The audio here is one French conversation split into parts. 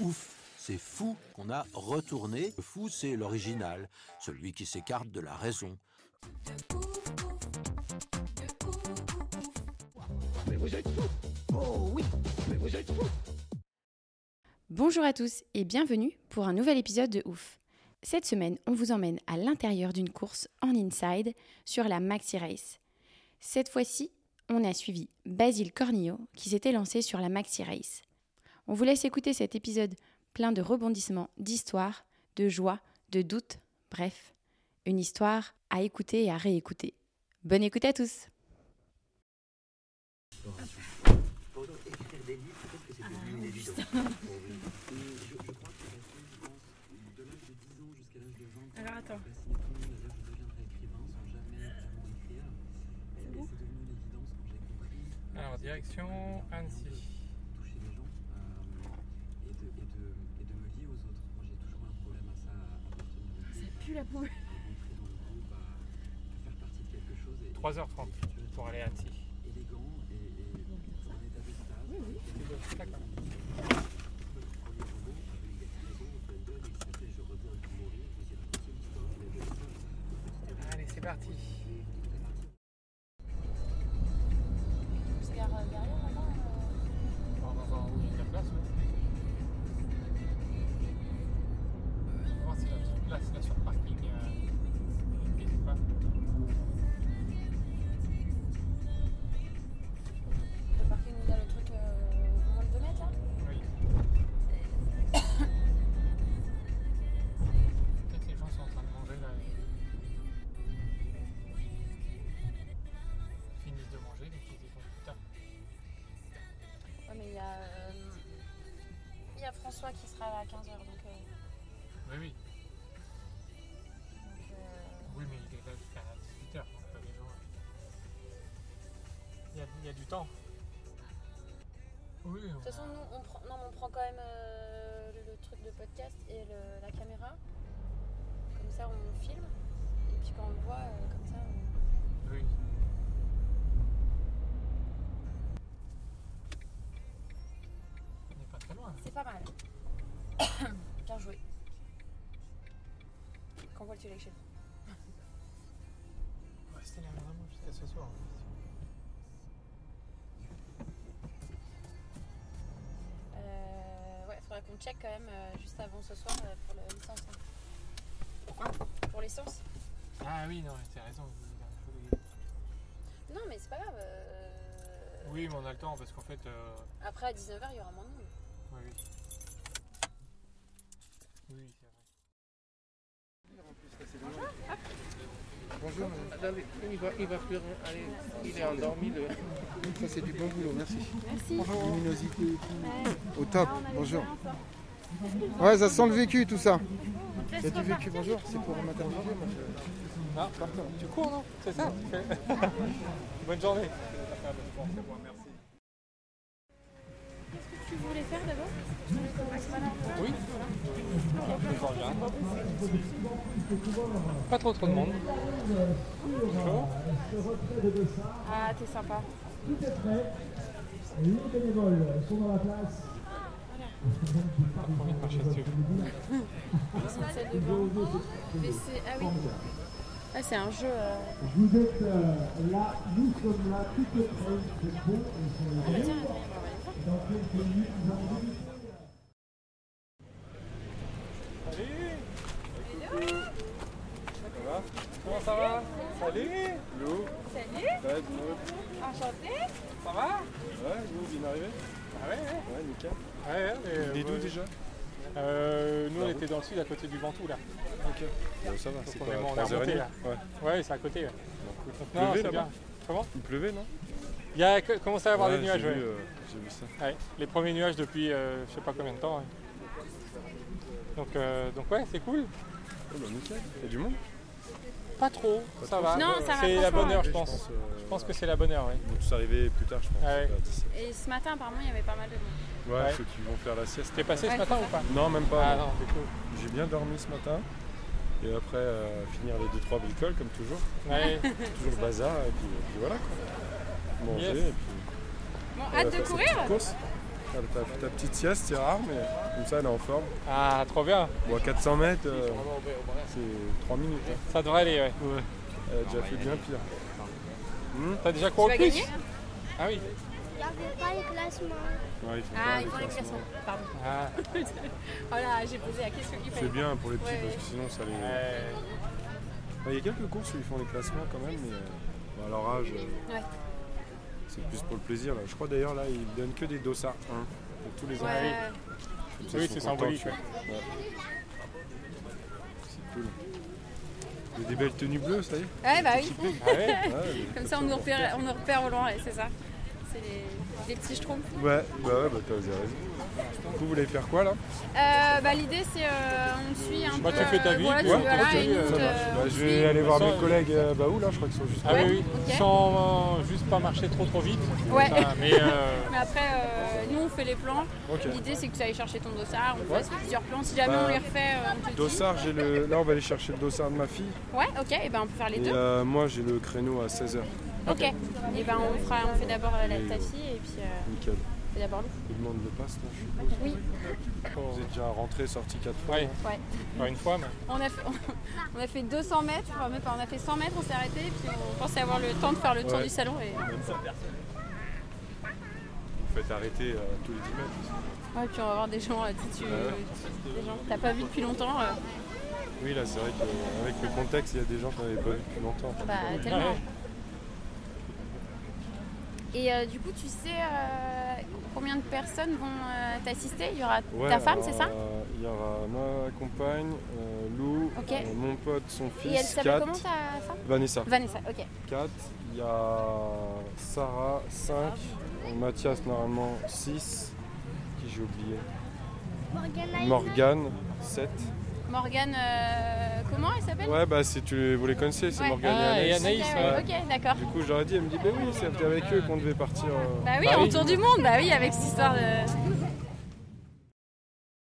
ouf. C'est fou qu'on a retourné. Le fou, c'est l'original, celui qui s'écarte de la raison. Bonjour à tous et bienvenue pour un nouvel épisode de Ouf. Cette semaine, on vous emmène à l'intérieur d'une course en inside sur la Maxi Race. Cette fois-ci, on a suivi Basile Cornillo qui s'était lancé sur la Maxi Race. On vous laisse écouter cet épisode plein de rebondissements, d'histoires, de joie, de doutes, bref, une histoire à écouter et à réécouter. Bonne écoute à tous Alors attends. C'est beau Alors, direction Annecy. toucher les gens euh, et, de, et, de, et de me lier aux autres. Moi, J'ai toujours un problème à ça, à partir du moment où bah, Ça pue la poubelle. à rentrer dans le groupe, à, à faire partie de quelque chose. Et, 3h30 pour aller à Annecy. Élégant et, et dans un état de stase. Oui, oui. Allez, c'est parti On va voir où il y a de la place, ouais. On va voir si la petite place là sur le parking euh, est ou pas. Le parking où il y a le truc euh, au moins de 2 mètres là Oui. Peut-être les gens sont en train de manger là. Ils finissent de manger, donc ils y vont plus tard. Ouais mais il y a euh, il y a François qui sera là à 15h donc, euh, Oui, oui. donc, euh, Oui, mais il est là jusqu'à 18h. donc, euh, les gens, euh, Il y, a, il y a du temps. Oui, De toute façon nous on prend non mais on prend quand même euh, le, le truc de podcast et le- la caméra. Comme ça on filme. Et puis quand on le voit, euh, comme ça on... oui. On n'est pas très loin. c'est pas mal. Bien joué. Quand voit tu l'as chez vous On va rester là vraiment jusqu'à ce soir. Euh, ouais, faudrait qu'on check quand même euh, juste avant ce soir euh, pour le- l'essence. hein. Pour l'essence Ah oui, non, t'as raison. il est un peu- Non, mais c'est pas grave. euh, Oui, mais on a le temps parce qu'en fait. euh, Après, à 19h, il y aura moins de monde. ouais, oui. Oui, c'est vrai. Bonjour. il, va, il va plus rien. Allez, il est endormi. Le... Ça, c'est du bon boulot, merci. Merci. Luminosité et tout. Au Ah, top, bonjour. Ouais, ça sent le vécu, tout ça. Il y a du vécu, bonjour. C'est pour m'interroger. moi, je- Ah, tu cours, non C'est ça Bonne journée. merci. Qu'est-ce que tu voulais faire d'abord Oui, je vois bien. Pas trop trop de monde. Bonjour. Ah, t'es sympa. Pas trop envie de marcher dessus. ah oui. Ah, c'est un jeu. euh, Salut Ça va Comment ça va Salut Lou Salut Enchantée Ça va Ouais, nous, bien arrivé. Ah ouais Ouais, ouais nickel. Ouais, ouais, Des doux déjà euh, nous on était dans le sud à côté du Ventoux là. Ok. ça va, on est, on est remonté là. Ouais, c'est à côté. Ouais. Donc, non, pleuvait, c'est là-bas bien. Comment Il pleuvait, non Il Il y a commencé à y avoir des nuages, j'ai ouais. vu, euh, j'ai vu ça. Ouais, Les premiers nuages depuis euh, je sais pas combien de temps. ouais. Donc, euh, donc ouais, c'est cool. Oh, bah, nickel. Il y a du monde Pas trop, ça trop, va. ça va. Non, ça va, C'est la franchement, bonne heure, Je je pense. pense, euh, Je pense que c'est la bonne heure, oui. Ils vont tous arriver plus tard, je pense. Ah ouais. vers 17. Et ce matin, apparemment, il y avait pas mal de monde. Ouais, Ouais. ceux qui vont faire la sieste. T'es passé ce Ouais, matin c'est ou pas Non, même pas. Ah non, c'est cool. J'ai bien dormi ce matin. Et après, euh, finir les 2-3 bricoles, comme toujours. Ouais. Toujours le bazar. Et puis, et puis voilà. Quoi. Manger. Yes. Et puis, Bon, elle va faire sa petite course. Faire ta, ta petite sieste, c'est rare, mais comme ça, elle est en forme. Ah, trop bien. Bon, à 400 mètres, euh, c'est 3 minutes. hein. Ça devrait aller, ouais. Elle a déjà fait bien pire. T'as déjà couru plus Ah oui. Là, on fait pas les classements. Ouais, ils font Ah, pas ils les font les classements. classements. Pardon. Ah, Oh là, j'ai posé la question qu'il fallait. C'est bien pour les petits Ouais, parce ouais. que sinon ça les. Ouais, ouais. Bah, Il y a quelques courses où ils font les classements quand même, mais euh, bon, à leur âge, euh, Ouais. c'est plus pour le plaisir. Là. Je crois d'ailleurs là, ils donnent que des dossards hein, pour tous les Ouais. enfants. Comme ça, ils Oui, sont c'est contents, symbolique, tu vois. Ouais. C'est cool. Il y a des belles tenues bleues, ça y est. Ouais, bah oui. Ah ouais Ouais, mais- Comme ça, on nous repère, on nous repère au loin, ouais, c'est ça. C'est les, les petits schtroumpfs. Ouais, bah ouais, bah t'as vous avez raison. Du coup, vous voulez faire quoi là Euh, bah, L'idée, c'est euh, on suit un Bah, peu. tu fais ta euh, vie, voilà, quoi. tu- voilà, Ouais, et ouais, nous, ça euh, marche. Bah, on Je suit. vais aller voir Ça, mes collègues euh, Baou là, je crois qu'ils sont juste Ah là. oui, oui. Ok. Sans euh, juste pas marcher trop trop vite. Ouais. Ça, mais euh, Mais après, euh, nous, on fait les plans. Ok. L'idée, c'est que tu ailles chercher ton dossard, on Ouais. fasse plusieurs plans. Si jamais Bah, on les refait, euh, on te le dit. Dossard, j'ai le. Là, on va aller chercher le dossard de ma fille. Ouais, ok, et ben on peut faire les Et deux. euh, moi, j'ai le créneau à 16h. Ok. Et ben on, fera, on fait d'abord euh, la ta fille et puis euh, Nickel. on fait d'abord Il demande le passe, toi, je suppose. Oui. faut- Vous êtes déjà rentré, sorti 4 fois. hein, Ouais. Ouais. Pas une fois, mais. On a, fait, on a fait 200 mètres, enfin, même pas, on a fait 100 mètres, on s'est arrêté, puis on pensait avoir le temps de faire le tour Ouais. du salon. Et, euh, Vous faites arrêter euh, tous les 10 mètres. ouais, puis on va voir des gens, euh, tu, tu- des gens que t'as pas vu depuis longtemps. euh, Oui, là, c'est vrai qu'avec le contexte, il y a des gens qu'on n'avait pas vus depuis longtemps. bah, Ah tellement. ouais. Et euh, du coup, tu sais euh, combien de personnes vont euh, t'assister Il y aura Ouais, ta femme, alors, c'est ça euh, Il y aura ma compagne, euh, Lou, Ok. euh, mon pote, son Et elle fils, s'appelle Kat, comment ta femme Vanessa. Vanessa, ok. Kat, il y a Sarah, 5, Mathias, normalement, 6, qui j'ai oublié, Morgana, Morgane, 7. Morgane, euh, comment elle s'appelle Ouais, bah, si tu, vous les connaissez, c'est Ouais. Morgane Ah, et et Anaïs. Anaïs, ouais. Ok, d'accord. Du coup, j'aurais dit, elle me dit, bah oui, c'était avec eux qu'on devait partir. euh. Bah oui, Bah en oui. tour du monde, bah oui, avec cette histoire de.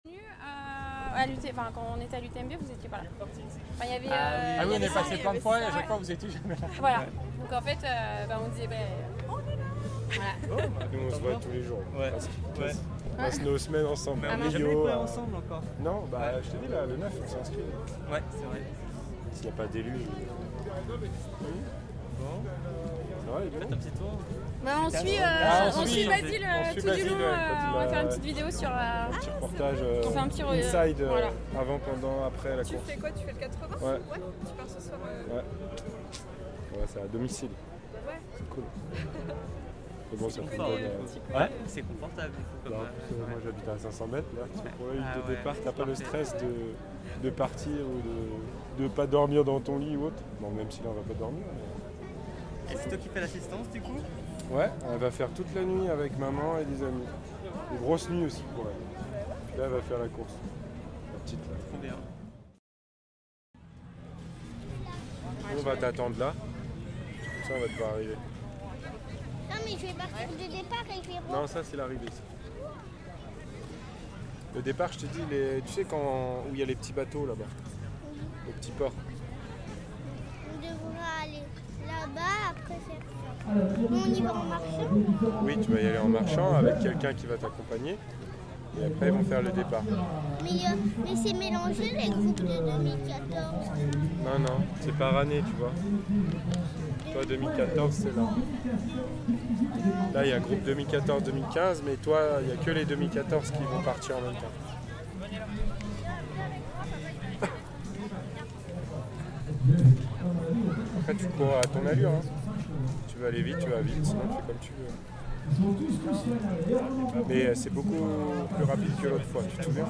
Euh, À l'UT enfin, quand on était à l'UTMB, vous étiez pas là. Enfin, il y avait, euh, Ah il y oui, on avait est ça, passé il y plein de avait fois et ça, à chaque ouais. fois vous étiez jamais là. Voilà. Donc en fait, euh, bah, on disait, bah, euh, Bah. Nous, on se voit tous les jours. Ouais. Parce que- Ouais. Ah, On passe nos semaines ensemble. Mais on Rio, n'est jamais couru euh, ensemble encore. Non, bah je t'ai dit, là, le 9, on s'inscrit. Ouais, c'est vrai. S'il n'y a pas d'élu. Bon, Ouais, il est faites Ah, bon. un petit tour. bah, on suit, euh, Ah, on, suit Basile euh, on suit tout Basile, du long. ouais, euh, quand on il va a- faire une petite vidéo sur. euh, Un petit reportage euh, On fait un petit re- inside euh, voilà. avant, pendant, après la course. Tu fais quoi Tu fais le 80 Ouais. Tu pars ce soir euh, Ouais, c'est à domicile. Ouais. C'est cool. C'est bon, ça fait euh, confort, pas de- Ouais, c'est confortable. du coup, comme, Bah, en euh, plus, euh, ouais. Moi j'habite à 500 mètres, là, tu vois, pour Ah la ligne de ouais, départ, c'est t'as pas le parfait. stress de, de partir ou de, de pas dormir dans ton lit ou autre. Bon, même si là on va pas dormir. mais- Et c'est toi qui fais l'assistance du coup Ouais, elle va faire toute la nuit avec maman et des amis. Des grosses nuits aussi pour elle. Puis là, elle va faire la course. La petite là. Trop bien. on va t'attendre là. Comme ça, on va devoir arriver. Non, mais je vais partir de départ et je vais Non, ça, c'est l'arrivée. ça. Le départ, je te dis, les... tu sais, quand... où il y a les petits bateaux là-bas, les petits ports. On devra aller là-bas après faire ça. On y va en marchant ou en- Oui, tu vas y aller en marchant avec quelqu'un qui va t'accompagner. Et après, ils vont faire le départ. Mais, euh, mais c'est mélangé les groupes de 2014. Non, non, c'est par année, tu vois. Toi, 2014, c'est là. Là, il y a groupe 2014-2015, mais toi, il n'y a que les 2014 qui vont partir en même temps. Après, tu cours à ton allure. hein. Tu veux aller vite, tu vas vite, sinon tu fais comme tu veux. Mais euh, c'est beaucoup plus rapide que l'autre fois, tu te souviens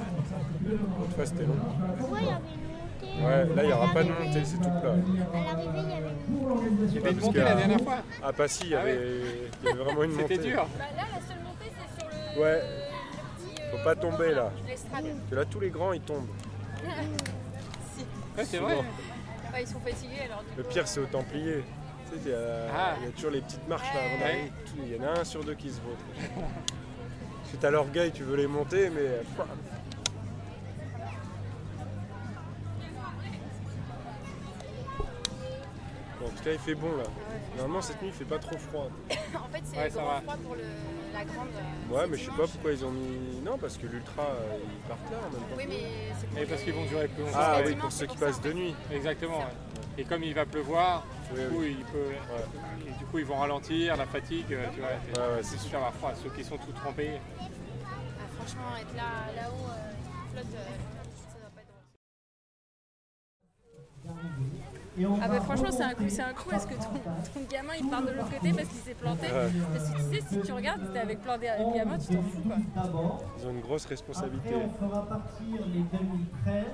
L'autre fois, c'était long. Pourquoi il y avait une montée Ouais, là, il n'y aura pas de montée, c'est tout plat. À l'arrivée, il y avait Il y avait une montée la dernière fois. Ah, bah si, il y avait, il y avait vraiment une montée. C'était dur. Bah là, la seule montée, c'est sur le. euh, Ouais. Faut pas tomber là. L'estrade. Parce que là, tous les grands, ils tombent. si. Ouais, c'est vrai. Souvent. Ouais, ils sont fatigués alors. du Le coup, pire, c'est au Templier. Tu sais, il y, a- Ah. il y a toujours les petites marches là avant Ouais. d'arriver. Tout- Il y en a un sur deux qui se vaut. Parce que t'as l'orgueil, tu veux les monter, mais. euh, pouah. Bon, en tout cas, il fait bon là. Normalement, cette nuit, il fait pas trop froid. euh, en fait, c'est Ouais, ça grand va. froid pour le, la grande. euh, Ouais, mais je sais pas pourquoi ils ont mis. Non, parce que l'ultra, euh, ils partent là en même temps. Oui, mais c'est pour Et les- parce qu'ils vont durer plus longtemps. Ah Jusqu'à oui, dimanche, pour c'est ceux qui pour ça, passent de nuit. Exactement. ouais. Et comme il va pleuvoir, Oui, du coup, oui. il peut- et du coup, ils vont ralentir la fatigue. euh, Tu vois, c'est Ouais, ouais, c'est super avoir froid. Ceux qui sont tout trempés. Ah, franchement, être là, là-haut, euh, qui flotte, euh, ça doit pas être drôle. Ah bah franchement c'est un coup, c'est un coup parce que ton, ton gamin il part de l'autre côté parce qu'il s'est planté. Ouais. Parce que tu sais si tu regardes t'es avec plein de de gamins tu t'en fous quoi. Ils ont une grosse responsabilité. Après, on fera partir les 2013.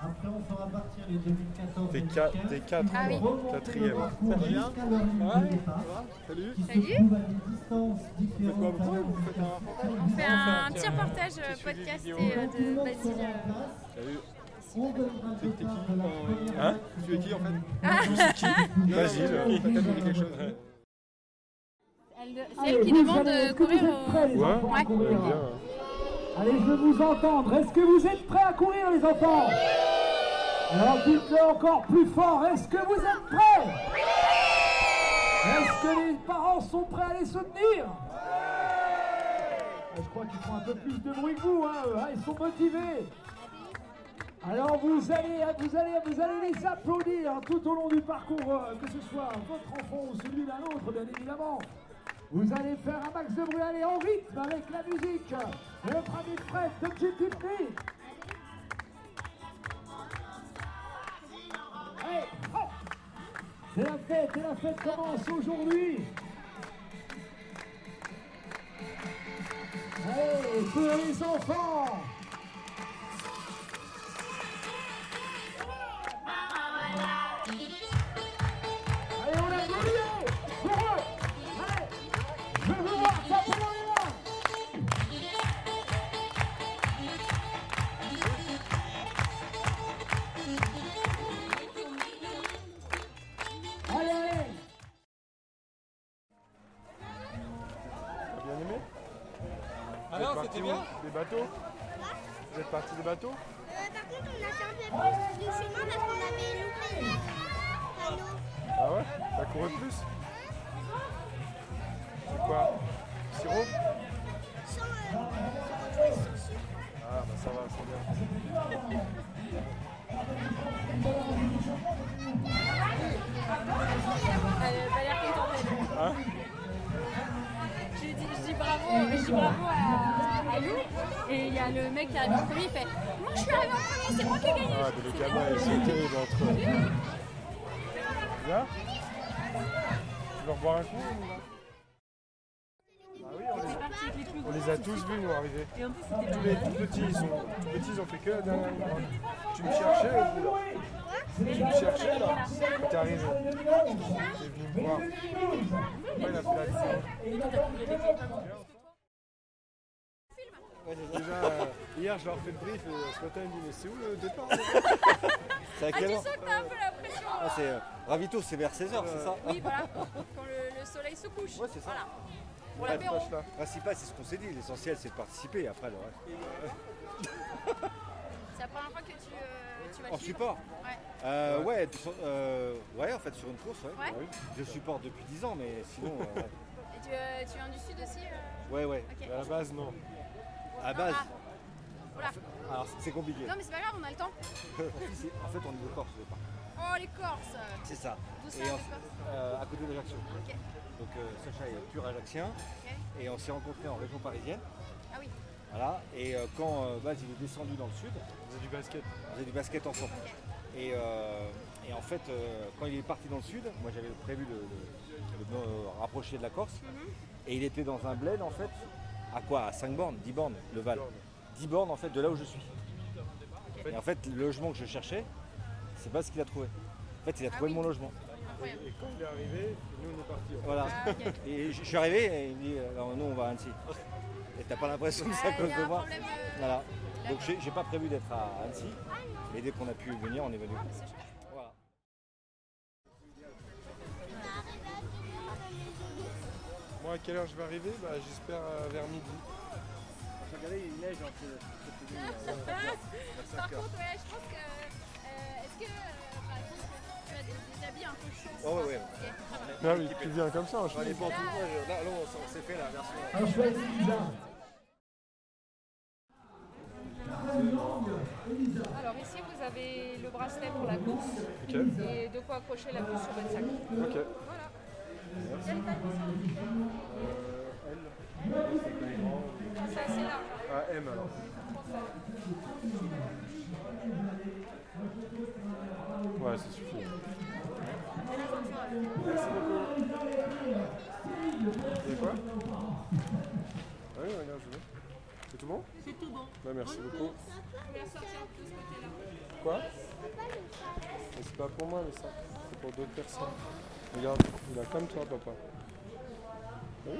Après, on fera partir les 2014. T'es qua- t'es quatre, Ah oui. quoi. quatrième. Pour jusqu'à leur ligne de départ. Salut. Qui se trouve à des distances différentes. On fait un petit reportage euh, podcast et, euh, de Basile. euh, Salut. On donnera le départ de la première Hein Tu es qui en fait Ah. Vas-y, là. elle de- Ah, C'est elle qui demande de courir au... Ouais. Allez, je veux vous entendre. Est-ce que vous êtes prêts à courir, les enfants Alors dites-le encore plus fort. Est-ce que vous êtes prêts Est-ce que les parents sont prêts à les soutenir Ah, Je crois qu'ils font un peu plus de bruit que vous. hein, eux, hein, Ils sont motivés. Alors vous allez, vous allez, vous allez les applaudir tout au long du parcours, euh, que ce soit votre enfant ou celui d'un autre, bien évidemment. Vous allez faire un max de bruit, allez en rythme avec la musique. Le premier Fred de Chitifni. Allez, hop C'est la fête, et la fête commence aujourd'hui. Allez, pour les enfants Allez, on applaudit pour eux Allez, je veux voir, tapez dans les mains Allez, allez T'as bien aimé Ah Vous êtes non, parti c'était où bien. Des bateaux Vous êtes parti des bateaux Euh, Par contre, on a fait un peu plus de chemin parce qu'on avait loupé le panneau. Ah ouais T'as couru plus C'est quoi Sirop Sans euh, retrouver sur Ah bah ça va, c'est bien. Elle va l'air contente. Hein Je dis, je dis bravo, euh, je dis bravo à, à Lou. Et il y a le mec qui arrive en premier, il fait Moi je suis arrivé en premier, c'est moi qui ai gagné. Ah, mais les gamins, ils sont terribles entre eux. Viens Tu veux reboire un coup Bah oui, on les a- on les a tous vus nous arriver. Tous les tout petits, ils sont tout petits, ils ont fait que la dernière ligne droite. Tu me cherchais au bout là. Tu me cherchais là. T'es arrivé. T'es venu me voir. Pourquoi il a fait la descente Déjà, euh, hier, je leur fais le brief et ce matin, ils me disent Mais c'est où le départ déjà C'est à Ah, quelle tu heure sens que t'as un peu la pression. Ah, C'est euh, Ravito, c'est vers 16h, c'est ça Oui, voilà, quand le, le soleil se couche. Ouais, c'est ça. Voilà. Pour Ouais, l'apéro. le principal, c'est ce qu'on s'est dit. L'essentiel, c'est de participer. Après, le Bah, reste. C'est la première fois que tu, euh, tu vas En suivre. support Ouais. Euh, ouais, sur- euh, ouais, en fait, sur une course, ouais. Ouais. Oui. Je supporte depuis 10 ans, mais sinon. euh, ouais. Et tu, euh, tu viens du sud aussi euh ouais, ouais. Ok. À la base, non. À base Oula. Alors, c'est- c'est compliqué. Non, mais c'est pas grave, on a le temps. C'est- en fait, on est de Corse au départ. Oh, les Corses C'est ça. D'où ça, Et en- les Corses euh, à côté d'Ajaccio. Ok. Donc, euh, Sacha est pur ajaccien. Ok. Et on s'est rencontrés en région parisienne. Ah oui. Voilà, et euh, quand euh, Baz il est descendu dans le sud, on faisait du basket. On faisait du basket ensemble. Et, euh, et en fait, euh, quand il est parti dans le sud, moi j'avais prévu de, de- de me rapprocher de la Corse. Et il était dans un bled en fait, à quoi À 5 bornes, 10 bornes, le Val. 10 bornes en fait de là où je suis. Et en fait, le logement que je cherchais, C'est pas ce qu'il a trouvé. En fait, il a trouvé mon logement. Et quand il est arrivé, nous on est partis. Voilà. Et je je suis arrivé et il me dit euh, non, nous on va à Annecy. Et t'as pas l'impression que ça Ah, il y a cause de un moi. problème, euh, Voilà. Donc j'ai j'ai pas prévu d'être à Annecy. Mais dès qu'on a pu venir, on est venu. Voilà. Moi, à quelle heure je vais arriver bah, J'espère euh, vers midi. Regardez, il neige un peu. Par contre, ouais, je pense que. euh, Est-ce que. euh, par exemple, tu as des, des habits un peu chauds Ouais, ouais, ouais. Ok. Non, mais tu viens comme ça en Allez, chemise. bon, tout le monde, là, là, on s'est fait la version. Un cheval Elisa. Alors ici, vous avez le bracelet pour la course Ok. et de quoi accrocher la course sur votre sac. Ok. Voilà. Merci. Euh, L. C'est plus grand. C'est assez large. Ah, M alors. Ouais, ça suffit. Il y a quoi Ah oui, regarde, je vais. C'est tout bon C'est tout bon. Bah, merci beaucoup. On va la sortir de ce côté-là. Quoi Mais C'est pas pour moi, mais ça. C'est pour d'autres personnes. Regarde, il a comme toi, papa. Ah Oui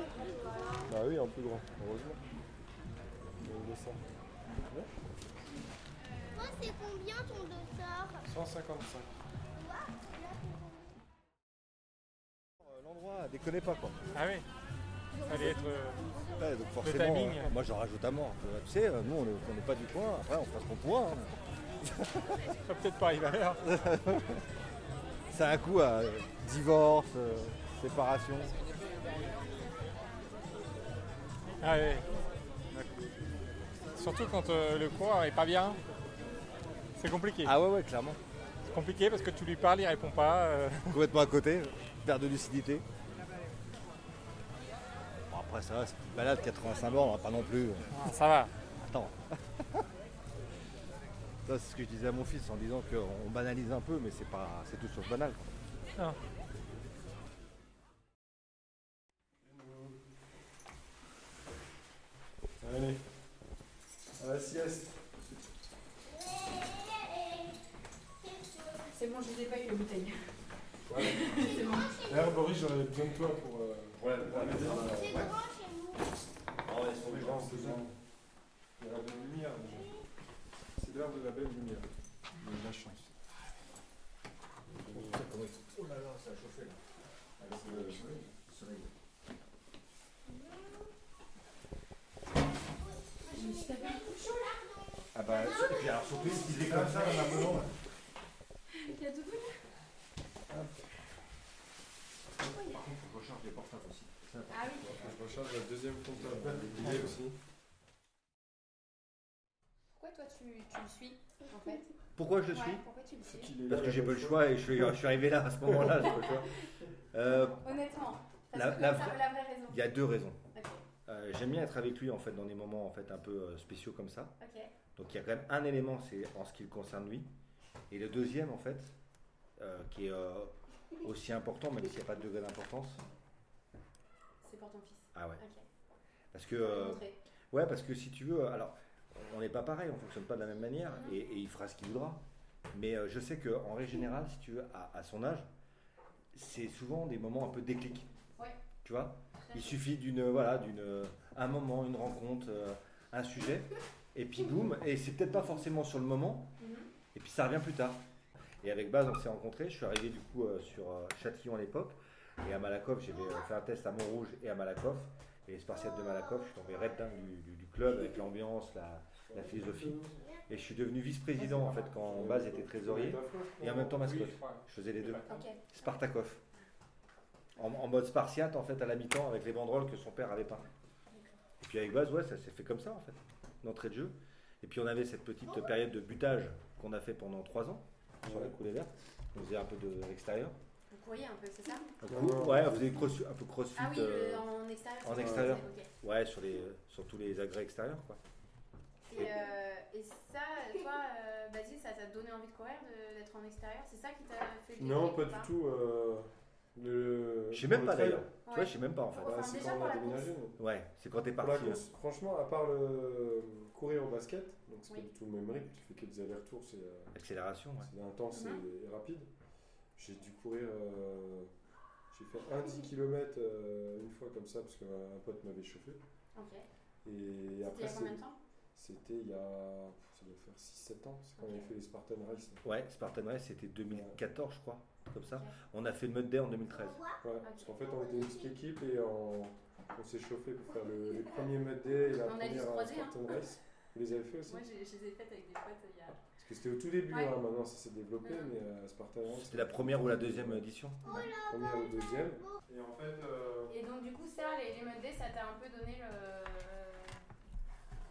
bah oui, un peu grand, heureusement. Mais il descend. Ouais. Toi, c'est combien ton dossard 155. Euh, L'endroit, déconnez pas quoi. Ah oui Fallait être. euh, Ouais, donc le forcément, timing. euh, moi j'en rajoute à mort. Euh, Tu sais, euh, nous on ne connaît pas du coin, après on fait ce qu'on pourra. hein. Ça peut-être pas arriver à l'heure. C'est un coup à euh, divorce, euh, séparation. Ah oui. Surtout quand euh, le coureur est pas bien. C'est compliqué. Ah ouais, ouais, clairement. C'est compliqué parce que tu lui parles, il répond pas. euh. Complètement à côté, perte de lucidité. Bon, après ça va, c'est une petite balade, 85 bornes, hein, pas non plus. Ah, ça va. Attends. Ça, c'est ce que je disais à mon fils en disant qu'on banalise un peu, mais c'est pas, c'est tout sauf banal. quoi. Non. Allez, à la sieste. C'est bon, je ne ai pas eu la bouteille. D'ailleurs, Boris, j'aurais besoin de toi pour. euh, pour la mettre dans la- C'est Ouais. Ah grand chez vous. On laisse tomber, on se sent. Il y a la belle lumière déjà. C'est l'heure de la belle lumière. Il y a de la chance. Oh là là, ça a chauffé là. C'est le soleil. Ah bah, et puis alors surtout qu'il est comme ça, là, maintenant. Il y a tout le monde. Par contre, faut que je recharge les portables aussi. Ah oui. Je recharge la deuxième compteur. Il est aussi. Pourquoi toi tu, tu le suis en fait Pourquoi je le suis Ouais, Pourquoi tu le suis Parce que j'ai pas le choix et je suis, je suis arrivé là à ce moment-là. j'ai pas le choix. Euh, Honnêtement. parce La- que la ça, vraie- la vraie raison. il y a deux raisons. Ok. Euh, J'aime bien être avec lui en fait dans des moments en fait un peu euh, spéciaux comme ça. Ok. Donc il y a quand même un élément, c'est en ce qui le concerne lui. Et le deuxième en fait, euh, qui est euh, aussi important, même s'il n'y a pas de degré d'importance. C'est pour ton fils. Ah ouais. Ok. Parce que euh, Montrer. ouais, parce que si tu veux, alors on n'est pas pareil, on fonctionne pas de la même manière, et, et il fera ce qu'il voudra. Mais euh, je sais que en règle générale, si tu veux, à, à son âge, c'est souvent des moments un peu déclic. Ouais. Tu vois, il suffit d'une euh, voilà, d'une un moment, une rencontre, euh, un sujet, et puis boum, et c'est peut-être pas forcément sur le moment, Mm-hmm. et puis ça revient plus tard. Et avec Baz, on s'est rencontrés. Je suis arrivé du coup euh, sur euh, Châtillon à l'époque. Et à Malakoff, j'avais euh, fait un test à Montrouge et à Malakoff. Et les Spartiates de Malakoff, je suis tombé red dingue du, du- du club avec l'ambiance, la, la philosophie. Et je suis devenu vice-président en fait quand Baz était trésorier et en même temps mascotte. Je faisais les deux. Spartakov. En, en mode Spartiate en fait à la mi-temps avec les banderoles que son père avait peintes. Et puis avec Baz, ouais, ça s'est fait comme ça en fait, d'entrée de jeu. Et puis on avait cette petite période de butage qu'on a fait pendant trois ans sur la coulée verte. On faisait un peu de l'extérieur. Vous courrier un peu, c'est ça Ouais, on faisait cross- un peu crossfit. Ah oui, euh, le- en extérieur. en c'est- extérieur. ok. Ouais, sur, les, sur tous les agrès extérieurs. Quoi. Et, euh, et ça, toi, euh, Basile, ça t'a donné envie de courir, de- d'être en extérieur C'est ça qui t'a fait le Non, déclic pas ou du tout. euh, Le- Je sais même le pas trail. d'ailleurs. Tu vois, je sais même pas en fait. Bah, c'est quand on a déménagé. nous. Ouais, c'est quand t'es Pour parti. hein. la course, franchement, à part le euh, courir au basket, donc c'est pas du tout le même rythme, tu fais que des allers-retours, c'est euh, Accélération, ouais. c'est intense Mm-hmm. et- Mhm. et, rapide. J'ai dû courir, euh, j'ai fait un 10 km euh, une fois comme ça parce qu'un pote m'avait chauffé. Ok. Et après, il y a c'est- combien de temps C'était il y a, ça doit faire 6-7 ans, c'est quand on avait fait les Spartan Race. Ouais, Spartan Race, c'était 2014, je crois. Comme ça. On a fait le Mud Day en 2013. Ouais, parce qu'en fait, on était une petite équipe et on, on s'est chauffé pour faire le, les premiers Mud Day et la On a dû se première croiser, Spartan hein. Race. Vous les avez fait aussi Moi, je, je les ai faites avec des potes il y a. Parce que c'était au tout début, Ouais. hein, maintenant ça s'est développé, Mhm. mais euh, Spartan Race. C'était la première ou la deuxième édition Première ou deuxième. Et en fait, euh, Et donc, du coup, ça, les, les mode D, ça t'a un peu donné le.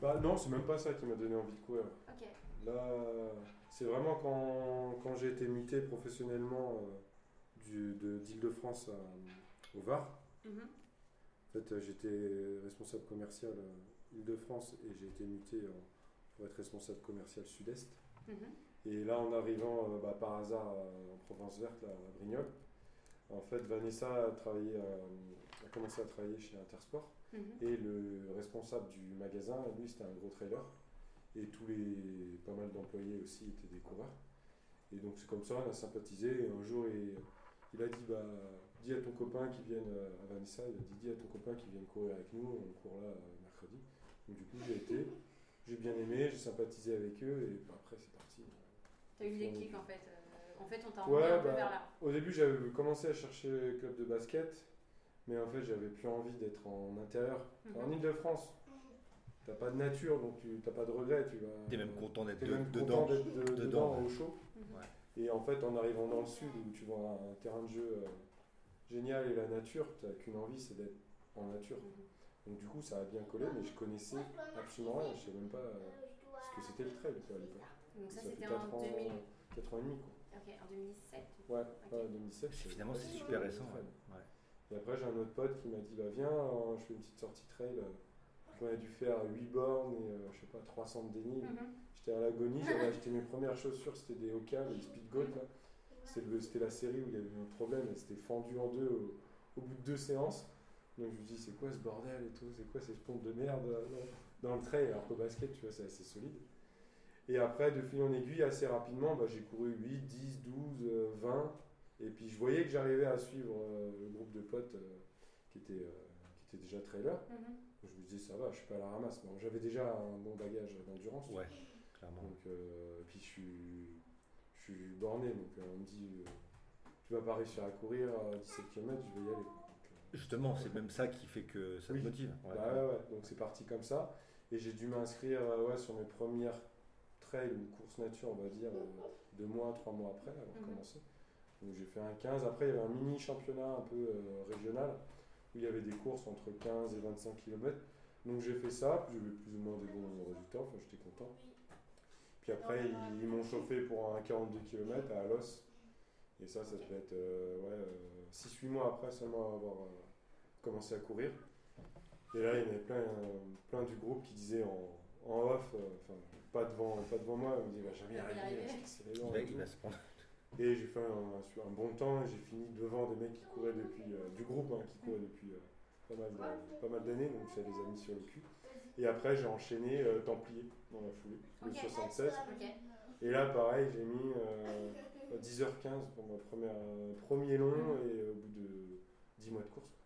bah non, c'est même pas ça qui m'a donné envie de courir. Ok. Là, c'est vraiment quand, quand j'ai été muté professionnellement euh, du- de- d'Île-de-France à- au Var. Mhm. En fait, euh, j'étais responsable commercial euh, Île-de-France et j'ai été muté en- pour être responsable commercial Sud-Est. Mhm. Et là, en arrivant euh, bah, par hasard euh, en Provence Verte, là, à Brignoles, en fait, Vanessa a, travaillé, euh, a commencé à travailler chez Intersport. Mhm. Et le responsable du magasin, lui, c'était un gros trailer. Et tous les pas mal d'employés aussi étaient des coureurs. Et donc, c'est comme ça, on a sympathisé. Et un jour, il, il a dit bah, Dis à ton copain qui vienne euh, à Vanessa, il a dit Dis à ton copain qui vienne courir avec nous, on court là euh, mercredi. Donc, du coup, j'ai été, j'ai bien aimé, j'ai sympathisé avec eux, et bah, après, c'est parti. T'as eu le déclic en fait. euh, en fait, on t'a envoyé Ouais, un peu bah, vers là. au début j'avais commencé à chercher le club de basket, mais en fait j'avais plus envie d'être en intérieur. Enfin, En Mhm. Ile-de-France, t'as pas de nature, donc tu t'as pas de regret. Tu vas, T'es même content d'être t'es de- même dedans. content d'être de- Dedans, dedans, au ouais. chaud. Mhm. Et en fait, en arrivant dans le sud où tu vois un terrain de jeu euh, génial et la nature, t'as qu'une envie, c'est d'être en nature. Mhm. Donc du coup, ça a bien collé, mais je connaissais absolument rien. Je savais même pas euh, ce que c'était le trail quoi, à l'époque. Donc ça, fait c'était quatre en ans- euh, 2000. quatre ans et demi. Quoi. Ok, en 2007. Ouais, ouais, 2007. Finalement, c'est super récent, ouais. Ouais. Et après, j'ai un autre pote qui m'a dit bah, Viens, euh, je fais une petite sortie trail. euh. Donc, on a dû faire 8 bornes et euh, je sais pas, 300 de déni. Mm. Mhm. J'étais à l'agonie, j'avais acheté mes premières chaussures, c'était des Oka, les Speed Goat. là. C'est le- C'était la série où il y avait eu un problème, elle s'était fendue en deux au, au bout de deux séances. Donc je me dis, c'est quoi ce bordel et tout C'est quoi ces pompes de merde euh, dans, dans le trail Alors qu'au basket, tu vois, c'est assez solide. Et après, de fil en aiguille, assez rapidement, bah, j'ai couru 8, 10, 12, euh, 20. Et puis je voyais que j'arrivais à suivre euh, le groupe de potes euh, qui, était, euh, qui était déjà trailer. Mhm. Donc, je me disais, ça va, je suis pas à la ramasse. Bon, J'avais déjà un bon bagage d'endurance. Ouais, clairement. Donc, euh, et puis je suis, je suis borné. Donc euh, on me dit, euh, tu vas pas réussir à courir à 17 km, je vais y aller. Justement, c'est même ça qui fait que ça Oui. te motive. Ouais. Bah ouais, ouais. Donc c'est parti comme ça. Et j'ai dû m'inscrire euh, ouais, sur mes premières trails ou courses nature, on va dire, euh, deux mois, trois mois après avoir Mhm. commencé. Donc j'ai fait un 15. Après, il y avait un mini championnat un peu euh, régional où il y avait des courses entre 15 et 25 km. Donc j'ai fait ça, puis j'avais plus ou moins des bons résultats, enfin j'étais content. Puis après, ils, ils m'ont chauffé pour un 42 km à Alos. Et ça, ça devait être euh, 6-8 mois après seulement avoir euh, commencé à courir. Et là, il y en avait plein, euh, plein du groupe qui disaient en, en off, euh, enfin, pas devant, pas devant moi, ils me disaient, va jamais y Il va y arriver, arriver. c'est accélérant Il va- et il tout. va se prendre. Et j'ai fait un, sur un bon temps, et j'ai fini devant des mecs qui couraient depuis, euh, du groupe hein, qui courait depuis euh, pas mal de- pas mal d'années, donc ça les a mis sur le cul. Et après, j'ai enchaîné euh, Templier dans la foulée, le Ok. 76. Ok. Et là, pareil, j'ai mis euh, 10h15 pour mon premier, premier long Mm. et euh, au bout de 10 mois de course.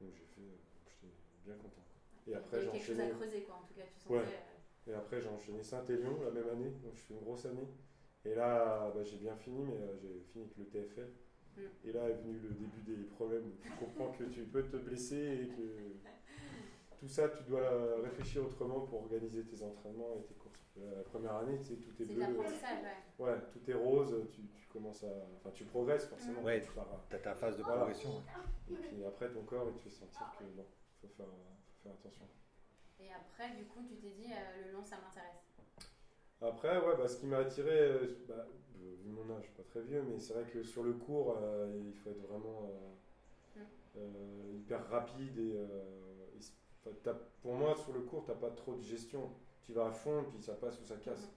Donc j'ai fait, euh, j'étais bien content. Et après, Il y j'ai avait quelque chose enchaîné. à creuser, quoi, en tout cas, tu sentais, Ouais. euh, Et après, j'ai enchaîné Saint-Élion la même année, donc je fais une grosse année. Et là, bah, j'ai bien fini, mais euh, j'ai fini avec le TFL. Mm. Et là est venu le début des problèmes. où Tu comprends que tu peux te blesser et que tout ça, tu dois réfléchir autrement pour organiser tes entraînements et tes courses. Euh, La première année, tu sais, tout est C'est de bleu. l'apprentissage, ouais. tout est rose, tu, tu commences à. Enfin, tu progresses forcément. Ouais, tu pars à- t'as ta phase de Voilà. progression, ouais. Et puis après, ton corps, il te fait sentir que non, faut faire, faut faire attention. Et après, du coup, tu t'es dit, euh, le long, ça m'intéresse. Après, ouais, bah, ce qui m'a attiré, euh, bah, euh, vu mon âge, je suis pas très vieux, mais c'est vrai que sur le cours, euh, il faut être vraiment euh, euh, hyper rapide. Et, euh, et c'est- enfin, t'as- pour moi, sur le cours, t'as pas trop de gestion. Tu vas à fond, puis ça passe ou ça casse.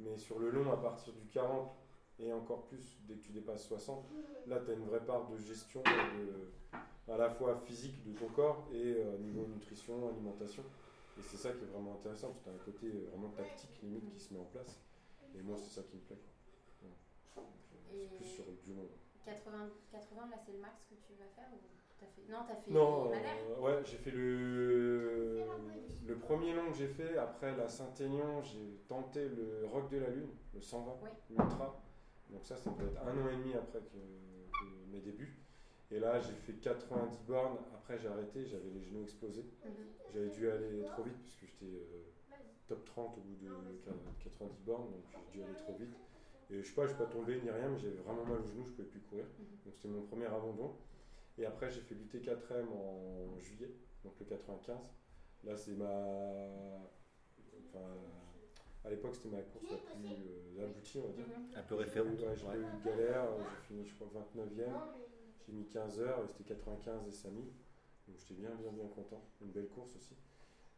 Mais sur le long, à partir du 40, et encore plus dès que tu dépasses 60, là tu as une vraie part de gestion de- à la fois physique de ton corps et euh, niveau nutrition, alimentation. Et c'est ça qui est vraiment intéressant, parce que tu as un côté euh, vraiment tactique limite qui se met en place. Et moi c'est ça qui me plaît. quoi. Ouais. Donc, euh, Et- C'est plus sur du long. 80, 80 là c'est le max que tu vas faire ou t'as fait... Non, t'as fait Non, Madère euh, ouais, j'ai fait le... le premier long que j'ai fait. Après la Saint-Aignan, j'ai tenté le Rock de la Lune, le 120, l'Ultra. Donc ça, ça peut être un an et demi après que, que mes débuts. Et là, j'ai fait 90 bornes. Après, j'ai arrêté, j'avais les genoux explosés. Mhm. J'avais dû aller trop vite parce que j'étais euh, top 30 au bout de qua- 90 bornes, donc j'ai dû aller trop vite. Et je sais pas, je suis pas tombé ni rien, mais j'avais vraiment mal aux genoux, je pouvais plus courir. Mhm. Donc c'était mon premier abandon. Et après, j'ai fait l'UT4M en juillet, donc le 95. Là, c'est ma. Enfin, à l'époque, c'était ma course la plus euh, aboutie, on va dire. Un peu référente, Ouais, j'ai ouais. eu une galère, euh, j'ai fini, je crois, 29e. J'ai mis 15 heures, et c'était 95 et 5000. Donc j'étais bien, bien, bien content. Une belle course aussi.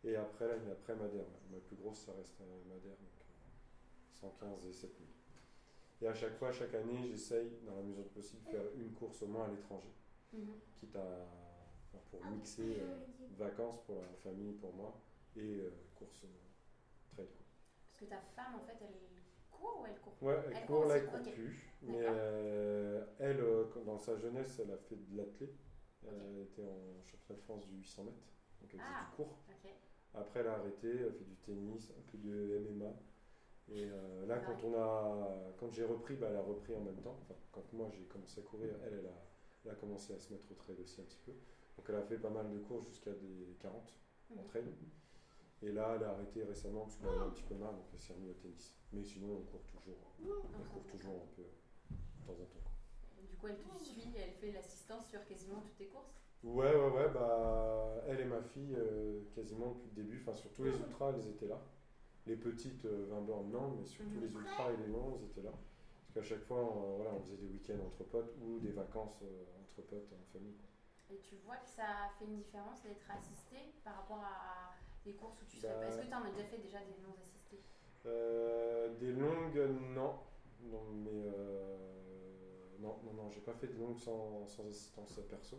Et après, l'année après Madère, ouais. ma plus grosse, ça reste euh, Madère, donc euh, 115 et 7000. Et à chaque fois, chaque année, j'essaye, dans la mesure du possible, de faire une course au moins à l'étranger. Mhm. Quitte à. enfin, pour mixer euh, vacances pour la famille, pour moi, et euh, course euh, trail. quoi. Parce que ta femme en fait elle court ou elle court Ouais, elle, court, là, elle aussi, court ok. plus. Mais euh, elle, euh, quand- dans sa jeunesse, elle a fait de l'athlé. Elle était en championnat de France du 800 mètres. Donc elle faisait Ah, du court. ok. Après, elle a arrêté, elle a fait du tennis, un peu de MMA. Et euh, là, quand, on a, quand j'ai repris, bah, elle a repris en même temps. Enfin, quand moi j'ai commencé à courir, elle, elle a, elle a commencé à se mettre au trail aussi un petit peu. Donc elle a fait pas mal de courses jusqu'à des 40 en Mhm. trail. Et là, elle a arrêté récemment parce qu'elle en a un petit peu marre, donc elle s'est remise au tennis. Mais sinon, on court toujours. On court toujours un peu de temps en temps. quoi. Du coup elle te suit, elle fait l'assistance sur quasiment toutes tes courses. Ouais, ouais, ouais, bah, elle et ma fille, euh, quasiment depuis le début, enfin, surtout les ultras, elles étaient là. Les petites euh, 20 bornes, non, mais surtout les ultras et les longs, elles étaient là. Parce qu'à chaque fois, on, voilà, on faisait des week-ends entre potes ou des vacances euh, entre potes en famille. quoi. Et tu vois que ça fait une différence d'être assisté par rapport à des courses où tu serais Bah- pas. Est-ce que tu en as déjà fait déjà des non assistés Euh, des longues, non. Non, mais. euh, non, non, non, j'ai pas fait de longues sans, sans assistance perso.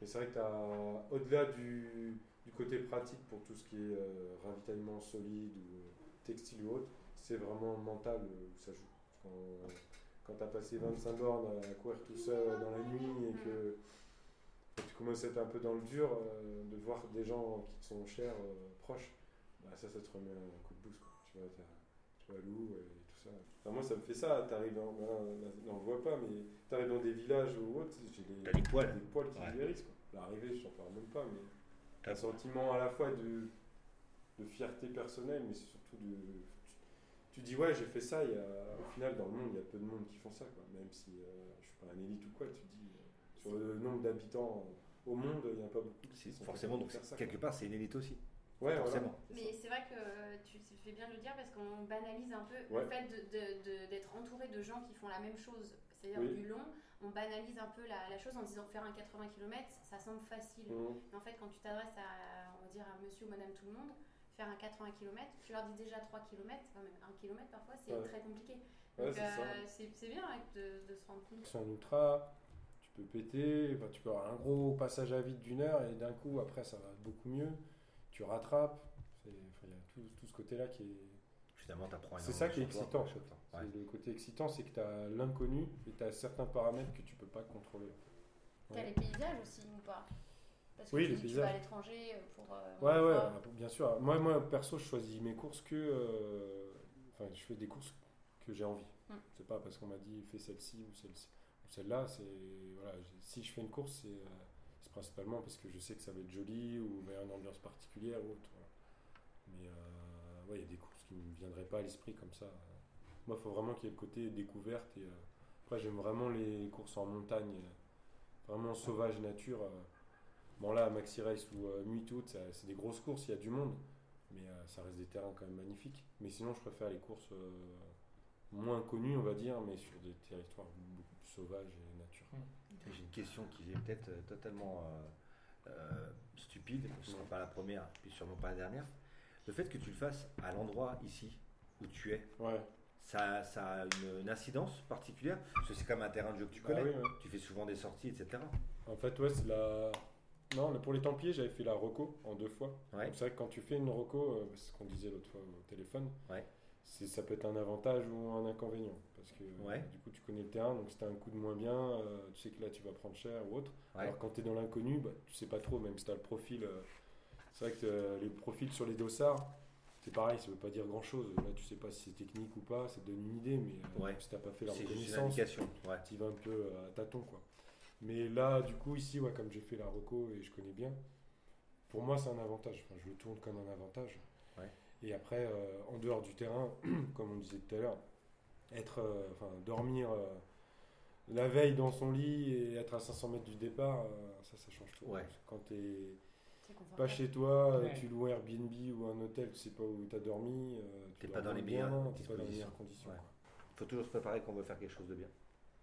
Mais c'est vrai que t'as, au-delà du, du côté pratique pour tout ce qui est euh, ravitaillement solide ou textile ou autre, c'est vraiment mental euh, où ça joue. Quand, quand t'as passé 25 bornes à courir tout seul dans la nuit et que quand tu commences à être un peu dans le dur, euh, de voir des gens qui te sont chers, euh, proches, bah ça, ça te remet un coup de boost. quoi. Tu vois, t'as- tu vois Lou et tout ça. Enfin, moi, ça me fait ça. T'arrives dans, bah, là, là, on le voit pas, mais t'arrives dans des villages ou autre, j'ai des, T'as hein. des poils. des poils qui Ouais. guérissent. quoi. L'arrivée, je t'en parle même pas, mais t'as un sentiment à la fois de, de fierté personnelle, mais c'est surtout de. Tu, tu dis, ouais, j'ai fait ça. il Y a, au final, dans le monde, il y a peu de monde qui font ça, quoi. Même si euh, je suis pas un élite ou quoi, tu dis, euh, sur le nombre d'habitants au monde, il n'y a pas beaucoup qui sont Forcément, capables donc de faire ça, quelque quoi. part, c'est une élite aussi. Ouais, voilà. forcément. Mais c'est vrai que tu tu fais bien de le dire parce qu'on banalise un peu Ouais. le fait de- de- de- d'être entouré de gens qui font la même chose, c'est-à-dire Oui. du long. On banalise un peu la, la chose en disant faire un 80 km, ça semble facile. Mhm. Mais en fait, quand tu t'adresses à, on va dire, à monsieur ou madame tout le monde, faire un 80 km, tu leur dis déjà 3 km, enfin même 1 km parfois, c'est Ouais. très compliqué. Ouais, Donc c'est ça. euh, c'est c'est bien hein, de, de se rendre compte. Sur un ultra, tu peux péter, enfin, tu peux avoir un gros passage à vide d'une heure et d'un coup, après, ça va beaucoup mieux. Tu rattrapes. C'est- enfin, Il y a tout, tout ce côté-là qui est. Finalement, t'apprends C'est ça qui est énormément excitant. sur toi. C'est Le côté excitant, c'est que tu as l'inconnu et tu as certains paramètres que tu peux pas contrôler. T'as Ouais. les paysages aussi ou pas Parce que Oui, tu, les dis que tu vas à paysages. l'étranger euh, pour. euh, Ouais, ouais, Ah. ah, voir. bien sûr. Moi, moi, perso, je choisis mes courses que. euh, Enfin, je fais des courses que j'ai envie. Mm. C'est pas parce qu'on m'a dit fais celle-ci ou celle-ci ou celle-là. C'est voilà, j'ai- si je fais une course, c'est euh, c'est principalement parce que je sais que ça va être joli ou il va y avoir une ambiance particulière ou autre. voilà. Mais euh, ouais, il y a des courses qui me viendraient pas à l'esprit comme ça. Moi, il faut vraiment qu'il y ait le côté découverte et euh, après, j'aime vraiment les courses en montagne, euh, vraiment sauvage nature. euh, Bon là, Maxi Race ou euh, Nuit Août, ça- c'est des grosses courses, il y a du monde, mais euh, ça reste des terrains quand même magnifiques. Mais sinon, je préfère les courses euh, moins connues, on va dire, mais sur des territoires beaucoup plus sauvages et nature. J'ai une question qui est peut-être euh, totalement euh, euh, stupide, ce ne sera pas la première, puis sûrement pas la dernière. Le fait que tu le fasses à l'endroit ici où tu es, ça, ça a une, une incidence particulière Parce que c'est comme un terrain de jeu que tu connais. Bah oui, ouais. Tu fais souvent des sorties, etc. En fait, ouais, c'est la. Non, le- pour les Templiers, j'avais fait la Rocco en deux fois. Ouais. Donc, C'est vrai que quand tu fais une Rocco, euh, c'est ce qu'on disait l'autre fois au téléphone, Ouais. c'est- ça peut être un avantage ou un inconvénient. Parce que euh, Ouais. du coup, tu connais le terrain, donc si t'as un coup de moins bien, euh, tu sais que là, tu vas prendre cher ou autre. Ouais. Alors quand t'es dans l'inconnu, bah, tu sais pas trop, même si t'as le profil. euh, c'est vrai que euh, les profils sur les dossards, c'est pareil, ça veut pas dire grand chose. Là, tu sais pas si c'est technique ou pas, ça te donne une idée, mais euh, si t'as pas fait la C'est juste une reconnaissance, indication, tu y vas un peu euh, à tâtons, quoi. Mais là, du coup, ici, ouais, comme j'ai fait la Rocco et je connais bien, pour moi, c'est un avantage. Enfin, je le tourne comme un avantage. Ouais. Et après, euh, en dehors du terrain, comme on disait tout à l'heure, être, euh, enfin, dormir euh, la veille dans son lit et être à 500 mètres du départ, euh, ça, ça change tout. Ouais. Quand t'es C'est confortable. pas chez toi, euh, Ouais. tu loues un Airbnb ou un hôtel, tu sais pas où t'as dormi, euh, tu T'es pas dors dans les moins meilleures bien, t'es pas dans les dispositions. meilleures conditions. Ouais. Faut toujours se préparer quand on veut faire quelque chose de bien.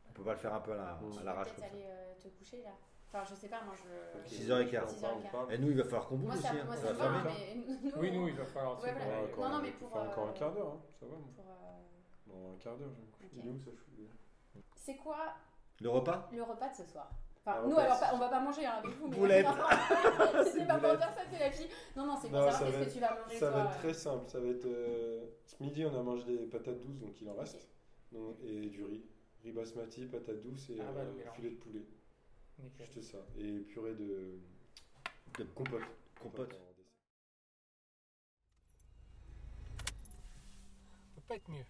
On peut pas le faire un peu à la- à l'arrache. Peut-être aller euh, te coucher là. Enfin, je sais pas, moi je. 6h15. 6h15. Et nous, il va falloir qu'on bouge Moi, aussi. ça- hein. moi, Ça ça va va, fermer. mais nous, Oui, on- nous, il va falloir, Ouais, c'est voilà. bon, encore- Non, non, mais pour. euh, enfin, encore un quart d'heure, hein, ça va. pour, euh, Dans un quart d'heure, je vais me coucher. Il est où, ça, chou- là C'est quoi Le repas Le repas de ce soir. Enfin, Le nous, repas alors, de pas- ce- on va pas manger hein, avec vous, mais. Boulette. C'était pas pour dire ça, c'est la fille. Non, non, c'est pour Non, savoir va qu'est-ce que être- tu vas manger ça va toi. être très simple. Ça va être euh, ce midi, on a mangé des patates douces, donc il en reste, donc, et du riz, riz basmati, patates douces et Ah bah, le euh, mélange. filet de poulet. Juste ça. Et purée de, de compote. Compote. peut pas être mieux.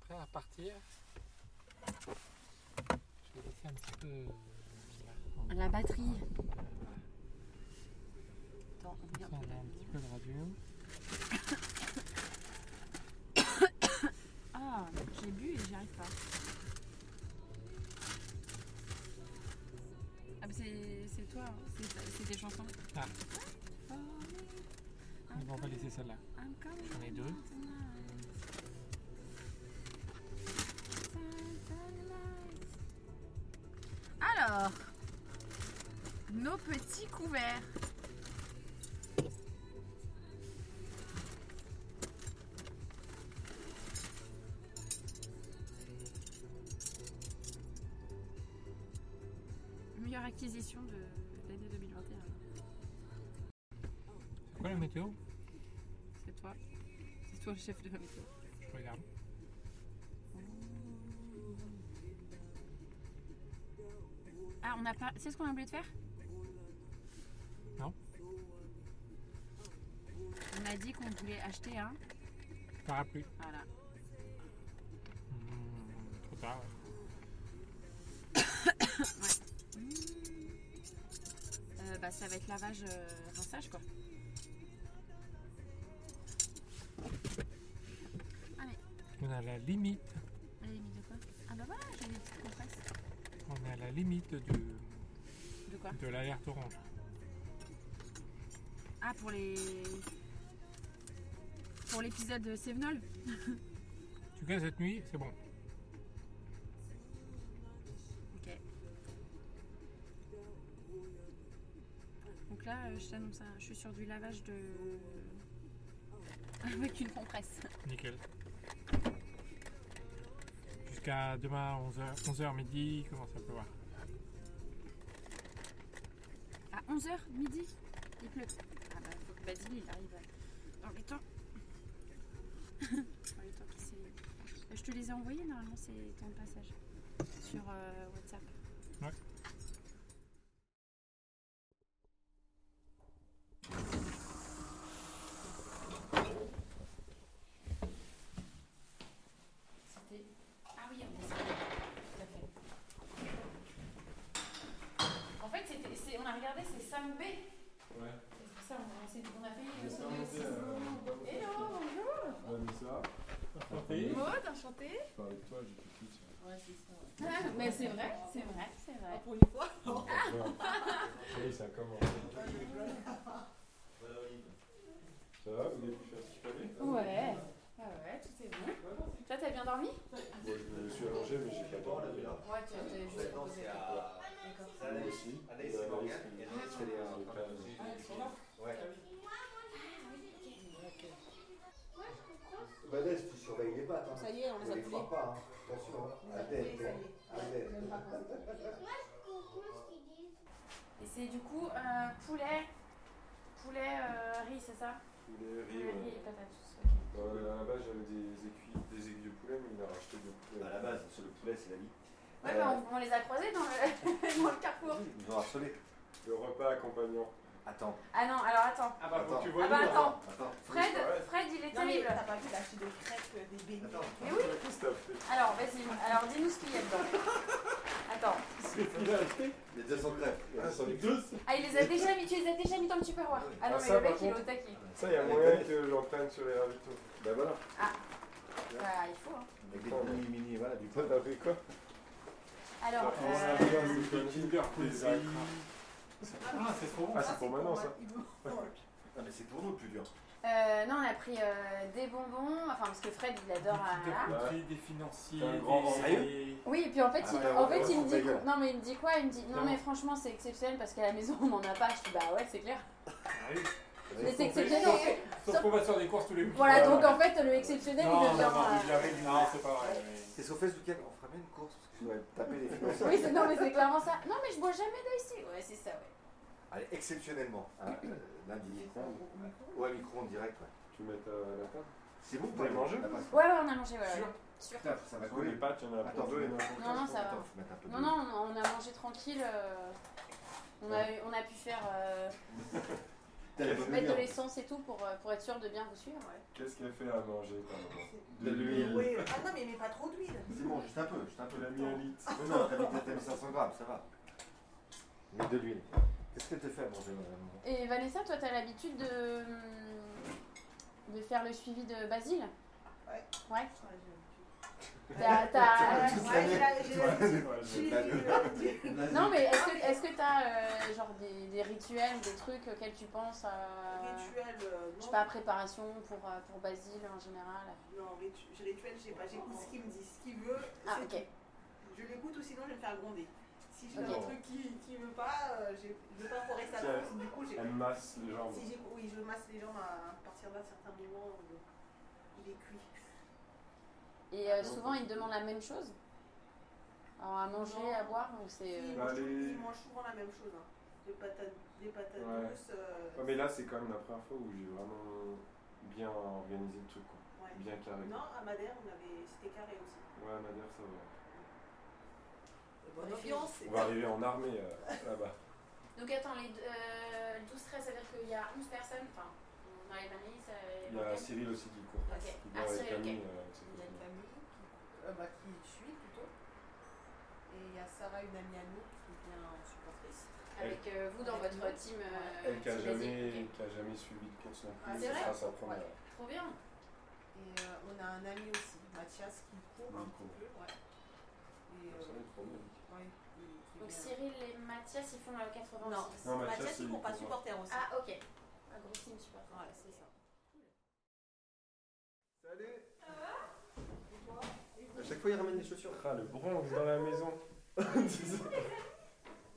Prêt à partir. Je vais laisser un petit peu. euh, La batterie. Attends, on a un petit peu de radio. Ah, j'ai bu et j'y arrive pas. Ah, mais c'est c'est toi, hein. C'est- c'est des chansons. Ah. Bon, on va laisser celle-là. J'en ai deux. Alors, nos petits couverts. Meilleure acquisition de l'année 2021. C'est quoi la météo C'est toi. C'est toi le chef de la météo. Je regarde. Ah, on a pas. C'est ce qu'on a oublié de faire Non. On a dit qu'on voulait acheter un. Parapluie. Voilà. Mmh, trop tard. Euh, bah, ça va être lavage, euh, rinçage quoi. On est à la limite. La limite de quoi Ah bah voilà, j'avais dit qu'on fasse. On est à la limite de, De quoi de l'alerte orange. Ah, pour les. Pour l'épisode de Sévenol En tout cas, cette nuit, c'est bon. Ok. Donc là, euh, je t'annonce, hein, je suis sur du lavage de. avec une compresse. Nickel. Jusqu'à demain 11h, 11h midi, il commence à pleuvoir. À 11h, midi, il pleut. Ah bah, faut que Basile il arrive euh, dans les temps. dans les temps qui s'est- Euh, Je te les ai envoyés, normalement, c'est ton passage sur euh, WhatsApp. Ouais. C'était. Ah oui, on a ça. Tout à fait. En fait, c'était- c'est- on a regardé, c'est 5B. Ouais. C'est pour ça on, on s'est- on a fait Mais une ça, on était, euh, Hello, bonjour On a mis ça. Maud, enchantée Je parle avec toi, j'ai fait clic, ça. Ouais, c'est ça. Ah, mais c'est vrai, c'est vrai, c'est vrai. pour une fois Ça y est, ça commence. Ça va, vous avez pu faire ce qu'il fallait Ouais, ah ouais, tout est bon. Toi, t'as bien dormi Moi, Euh, je me suis allongé, mais j'ai pas dormi. Ouais, tu as juste posé. Moi aussi. Anaïs, c'est Morgane. Et Anaïs, c'est les, euh, Ah, ils sont là Ah, Ouais. Vanessa, Bah, tu surveille les pattes. hein. Ça y est, on les a les coulées. croit pas. hein. Attention, hein. On les a à coulées, tête. ça y est. À tête. Et c'est du coup euh, poulet, poulet euh, riz, c'est ça Poulet, riz, Poulet, ouais. riz et patate douce. Bah, à la base, j'avais des aiguilles, des aiguilles de poulet, mais il a racheté des poulets. À la base, c'est le poulet, c'est la vie. Ouais, bah, on, on les a croisés dans le, dans le carrefour. Ils nous ont harcelés. Le repas accompagnant. Attends. Ah non, alors attends. Ah bah, faut que tu vois Ah bah, nous, attends. Attends. Fred, Oui, c'est vrai. Fred, il est Non, mais terrible. t'as pas vu, il a acheté des crêpes, euh, des beignets. Mais oui. Qu'est-ce que t'as fait Alors, vas-y, alors dis-nous ce qu'il y a dedans. Attends. Il a acheté Il y a 200 crêpes. Il y a 200 crêpes. Ah, il les a déjà mis, tu les as déjà mis dans le tupperware. Ah non, Ah, mais ça, le mec, par il est au contre. taquet. Ça, il y a moyen que j'en prenne sur les ravitaux. Bah voilà. Ah, bah, il faut. hein. Avec des mini mini, voilà, du pot. T'as fait quoi Alors, On a euh, Ah, bien des Kinder Coulis. Ah, c'est trop bon. Ah, c'est pour maintenant ça. Ah, mais c'est pour nous le plus dur. euh, non, on a pris euh, des bonbons, enfin, parce que Fred, il adore. euh, voilà. des financiers, T'as Bah, un grand des- sérieux Oui, et puis en fait, Ah, il, ouais, ouais, en fait, ouais, il me ta dit, gueule. non mais il me dit quoi Il me dit, non Non. mais franchement, c'est exceptionnel parce qu'à la maison on n'en a pas. Je dis bah ouais, c'est clair. Mais c'est Sauf qu'on fait- exceptionnel. sauf- Sauf qu'on va sur des courses tous les week-ends. Voilà, donc en fait, le exceptionnel, Non, il non, devient. non, euh, il avait dit non, c'est pas vrai. C'est sauf fait ce week-end, on fera bien une course parce que je dois taper les financiers. Oui, c'est- non mais c'est clairement ça. Non mais je bois jamais d'eau ici. Ouais, c'est ça. Ouais. Allez, exceptionnellement, hein, euh, lundi. Ouais, micro en direct, ouais. Tu mets la table C'est bon, Vous avez mangé Ah, parce- Ouais, ouais, on a mangé. Ouais, ouais. Sûr. Putain, ça va coller. Les pâtes, il y en a Ah, bah Attends, pour deux. je vais mettre un peu de Non, non, sauce, ça attends, va. je vais mettre un peu de- Non, non, on a on a mangé tranquille. euh, on a eu- on a pu faire euh, T'as la bonne mettre de humeur. l'essence et tout pour euh, pour être sûr de bien vous suivre. ouais. Qu'est-ce qu'elle fait à manger par rapport De l'huile. Oui, ah non, mais il met pas trop d'huile. C'est bon, juste un peu, juste un peu. La myélite. Non, non, t'as mis, t'as mis 500 grammes, ça va. Mais de l'huile. Qu'est-ce qu'elle te fait à manger, madame Et Vanessa, toi, t'as l'habitude de de faire le suivi de Basile. Ouais. Ouais. T'as- t'as- Ouais, j'ai la- j'ai la- Non, mais est-ce que- est-ce que t'as euh, genre des, des rituels, des trucs auxquels tu penses euh, Rituel, euh, Je non. sais pas, préparation pour, euh, pour Basile en général Non, ritu- je- rituel, je sais pas, j'écoute ce qu'il me dit, ce qu'il veut. Ah, c'est ok. tout. Je l'écoute ou sinon je vais me faire gronder. Si je fais Ok. un truc qui, qui veut pas, euh, j'ai- je vais pas forer sa Tiens, course, du coup j'ai. Elle masse les jambes. Si j'ai- oui, je masse les jambes à partir d'un certain moment, euh, il est cuit. Et euh, souvent, ils te demandent la même chose Alors, à manger, à boire, ou c'est... Il, euh, Bah, mange, les- il mange souvent la même chose. hein. Des patates, des patates Ouais. douces. euh, Ouais, mais là, c'est quand même la première fois où j'ai vraiment bien organisé le truc, quoi. ouais. Bien carré. Non, à Madère, on avait... c'était carré aussi. Ouais, Nadir, ça va. Bonne ambiance. On va arriver en armée euh, là-bas. Donc attends, les deux- euh, 12-13, ça veut dire qu'il y a 11 personnes, enfin, dans les familles, ça... Il y a Cyril aussi qui court. Ok. Il Ah, va avec Cyril, ok. Camille. euh, avec ses Il y a copines. Camille qui, euh, bah, qui suit plutôt. Et il y a Sarah, une amie à nous, qui vient en supportrice. Avec euh, vous dans Avec votre nous. team... euh, Elle qui a, team Basile, jamais, ok. qui a jamais suivi de course non Ah, plus, c'est ce vrai sera sa première. Ouais. Trop bien Et euh, on a un ami aussi, Mathias, qui court un petit peu. Ouais. Et, euh, Mmh. Ça va être trop bien. ouais, il- il Donc vient. Cyril et Mathias, ils font la 86. Non, Mathias, Mathias, il ils il court court pas pas. supporter aussi. Ah, ok. Un gros team supporter. Ouais, c'est ça. Salut À chaque fois, il ramène des chaussures. Ah, le bronze dans la maison.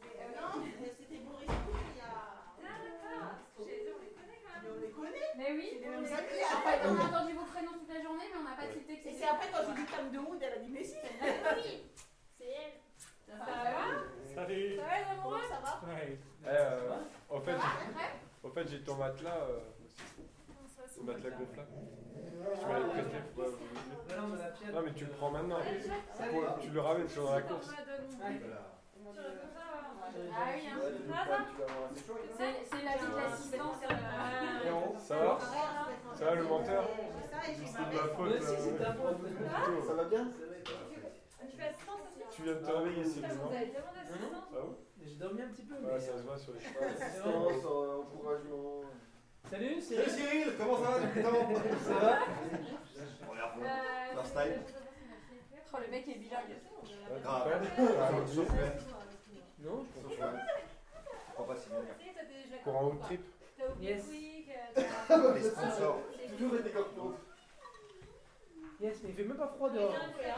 Eh, euh, non, c'était Boris Kuhn il y a. Ah, Mais on les connaît Mais oui, C'est les on mêmes est- amis, en après. fait, on Ah a entendu vos prénoms toute la journée, mais on n'a pas Ouais. cité que Et c'était- c'est après quand j'ai dit Tam de Wood, elle a dit Mais si Ah oui, c'est elle. Ça va Salut Ça va les amoureux Ça va Ouais. Euh, en fait, Après en fait j'ai ton matelas. euh, ton matelas gonflable. Tu m'avais prêté. ouais, vous- Non, mais tu le prends maintenant. Faut- Tu le ramènes sur la course. Ah oui, hein. C'est c'est la vie de l'assistance. euh, Ça va hein Ça va le menteur C'est de ma faute. euh, Ça va bien Tu fais assistance aussi Tu viens de te réveiller, Cyril, Putain, non Vous avez tellement d'assistance Ah oui J'ai dormi un petit peu, Ouais, ça se voit sur les cheveux. Assistance, euh, encouragement. Salut, Salut Cyril, comment ça va depuis le temps Ça va Regarde, Euh, leur style. Oh, le mec est bilingue. Ouais, Grave. Ouais. Sauf Fred. Non, je Sauf Fred. Je crois pas si bien. Courant road trip. T'as oublié Yes. le quick, euh, Les sponsors. Toujours été comme nous. Yes, mais il fait même pas froid dehors.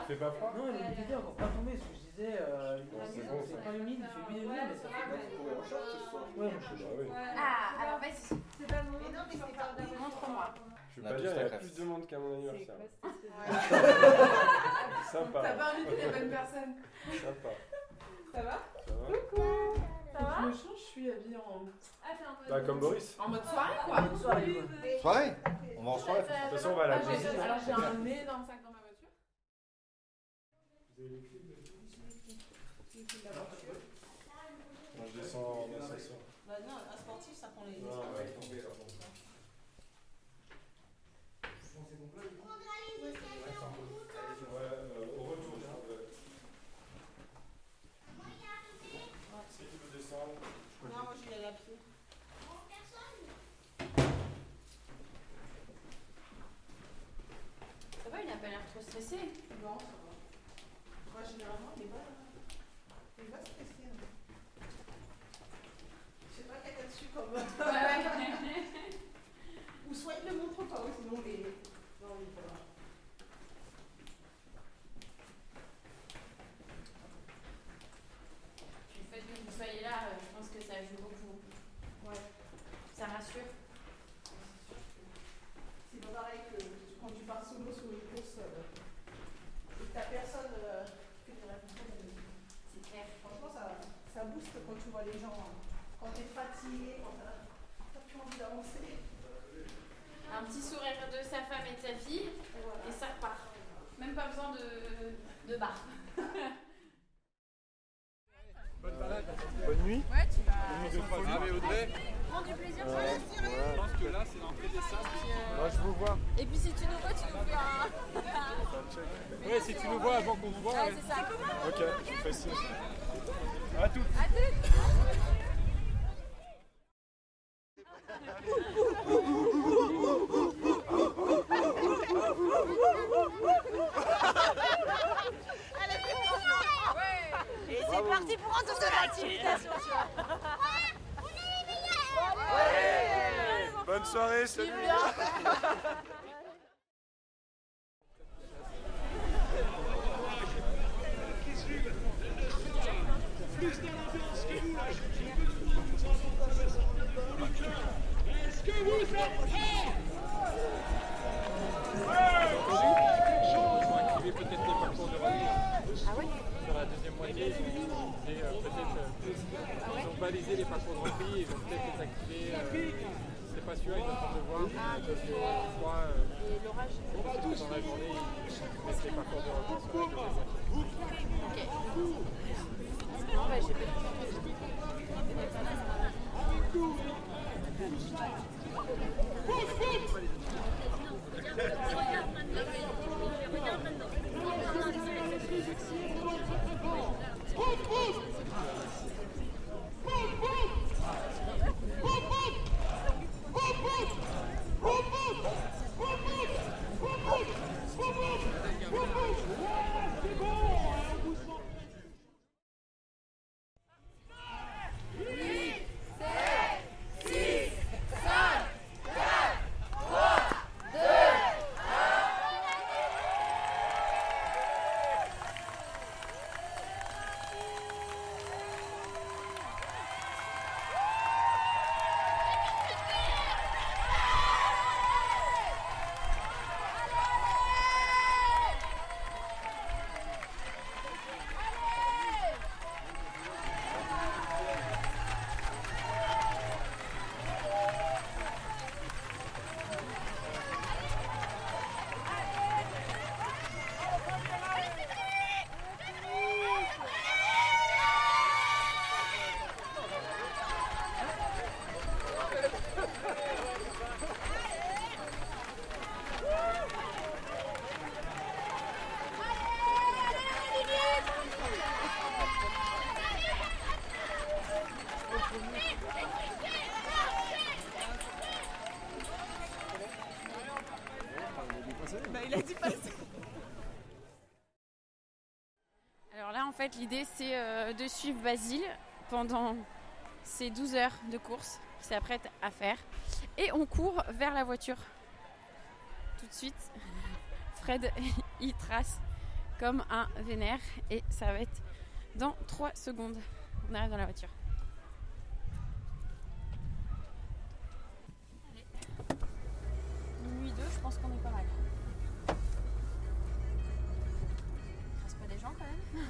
Fait pas froid Non, il était encore pas tombé, parce que je disais, euh, c'est bon, ça. c'est pas humide, il fait humide, humide, mais ça fait pas froid. Bonjour, Ouais, mon chou. Ah oui. Ah, alors vas-y. C'est pas le moment. Hein Mais non, mais c'est pas Montre-moi. Je Je On a veux pas tous dire, il y la a classe. plus de monde qu'à mon anniversaire. Sympa. T'as pas invité les bonnes personnes. Sympa. Ça va Ça va Coucou Ça va Je me change, je suis habillée en. Ah, t'es en Bah, comme Boris. En mode soirée quoi En mode soirée, quoi. Soirée On va en soirée. Euh, De toute façon, on va à la cuisine. Alors j'ai un énorme sac dans ma voiture. Moi, je descends en ascenseur. Bah non, un sportif, ça prend les. Non, on va y tomber, là. Ouais, euh, au retour, je trouve, euh, Si tu veux descendre. Non, moi je vais aller à pied. Ça va, il n'a pas l'air trop stressé. Non, ça va. Moi généralement, hein. il est pas. Il est pas stressé. hein. Je sais pas qu'elle t'a dessus comme. Ou soit il le montre pas, ou sinon les. Non, il est pas. Puis le fait que vous soyez là, euh, je pense que ça joue beaucoup. Ouais. Ça rassure. C'est pas pareil que quand tu pars solo sur une course euh, et que t'as personne euh, qui te répond. C'est clair. Franchement, ça, ça booste quand tu vois les gens, hein. quand t'es fatigué, quand t'as t'as plus envie d'avancer. Un petit sourire de sa femme et de sa fille, et ça repart. Même pas besoin de, de bar. Bonne nuit. Ouais, tu vas. Ah, mais Audrey Prends du plaisir sur Ouais, la ouais. Je pense que là, c'est l'entrée des Moi, je vous vois. hein. Et puis si tu nous vois, tu nous fais un. Ouais, si tu nous vois avant qu'on vous voit. Ouais, ouais. c'est ça. Ok, je vous fais signe. À toutes. À Et c'est parti pour un tour de l'activité Bonne soirée, salut. J'ai peut-être les parcours de rallye sur la deuxième moitié et euh, peut-être euh, ils ont balisé les parcours de rallye, ils ont peut-être les activer, euh, c'est pas sûr, ils attendent de voir euh, parce que je crois euh, parce que dans la journée ils mettent les parcours de rallye sur la deuxième moitié. il a dit passer. Alors là, en fait, l'idée, c'est euh, de suivre Basile pendant ces 12 heures de course qu'il s'apprête à faire. Et on court vers la voiture. Tout de suite, Fred, il trace comme un vénère. Et ça va être dans 3 secondes. On arrive dans la voiture. Nuit 2, je pense qu'on est pas mal. Il reste pas des gens quand même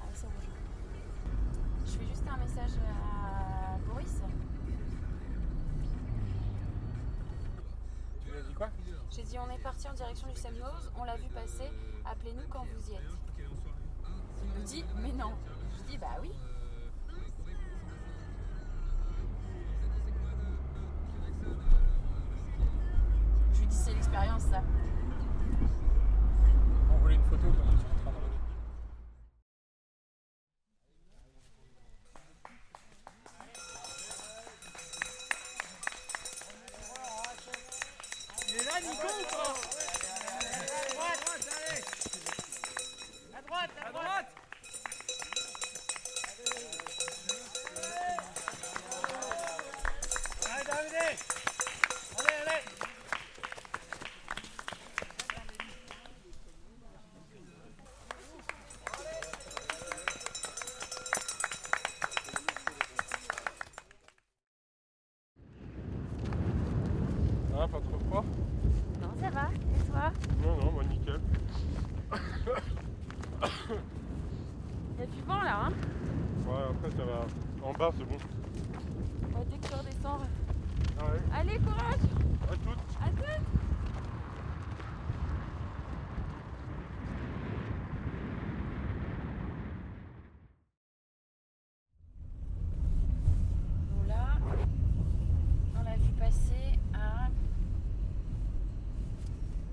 Ah oui, c'est bon. Je fais juste un message à Boris. Tu lui as dit quoi J'ai dit on est parti en direction du Semnose, on l'a vu passer, appelez-nous quand vous y êtes. Il me dit mais non. Je dis bah oui. Je lui dis c'est l'expérience ça. On voulait une photo pendant que tu es en train de rouler. Il est là, Nico ou pas À droite, à droite Allez, terminé Allez, allez Hein, pas trop froid Non, ça va. Et toi Non, non, moi nickel. Il y a du vent là, hein Ouais, après ça va. En bas, c'est bon. Ouais, Dès que tu redescends. Ah ouais. Allez, courage À toutes À toutes Bon là, on l'a vu passer à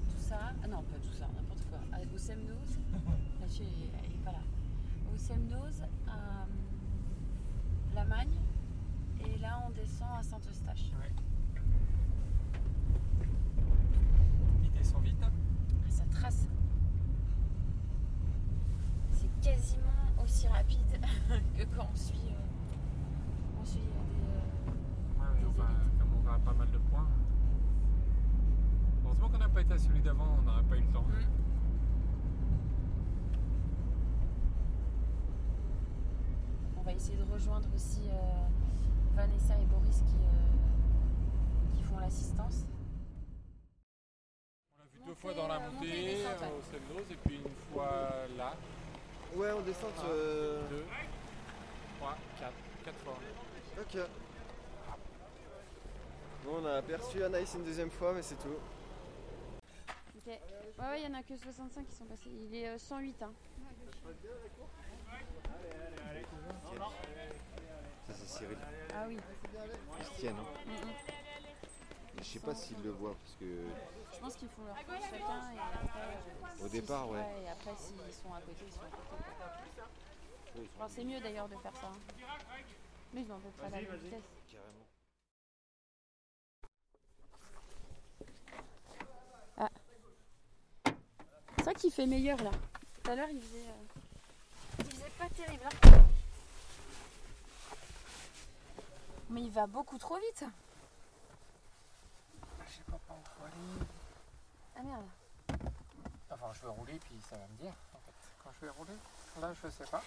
tout ça. Ah non, pas tout ça, n'importe quoi. À- Au Semnose. La fille, elle elle est pas là. Au Semnose, à hum, La Magne. Et là, on descend à Saint-Eustache. Il descend vite. hein. Ah, Ça trace. C'est quasiment aussi rapide que quand on suit, euh, on suit euh, des. euh, Ouais, mais on va, comme on va à pas mal de points. hein. Heureusement qu'on n'a pas été à celui d'avant, on n'aurait pas eu le temps. On va essayer de rejoindre aussi euh, Vanessa et Boris qui, euh, qui font l'assistance. On l'a vu deux fois dans la montée, euh, au Semnose, et puis une fois là. Ouais, on descend. Un, euh, deux, trois, quatre. Quatre fois. Ok. Bon, on a aperçu Anaïs une deuxième fois, mais c'est tout. Ok. Ouais, ouais, il y en a que 65 qui sont passés. Il est euh, 108, hein. Ça, c'est Cyril. Ah oui. Ils tiennent, hein. Mm, mm. Je sais pas s'il le voit, parce que Je pense qu'ils font leur tour chacun et après. euh, Au départ, ouais. Et après, s'ils sont à côté, ils sont à côté. Enfin, c'est mieux d'ailleurs de faire ça. hein. Mais je m'en veux pas la Vas-y, vas-y. vitesse. Carrément. Ah. C'est vrai qu'il fait meilleur là. Tout à l'heure, il faisait. euh, Il faisait pas terrible. hein. Mais il va beaucoup trop vite. Je sais pas par où faut aller. Ah merde. Enfin, je vais rouler, puis ça va me dire, en fait. Quand je vais rouler, là, je sais pas.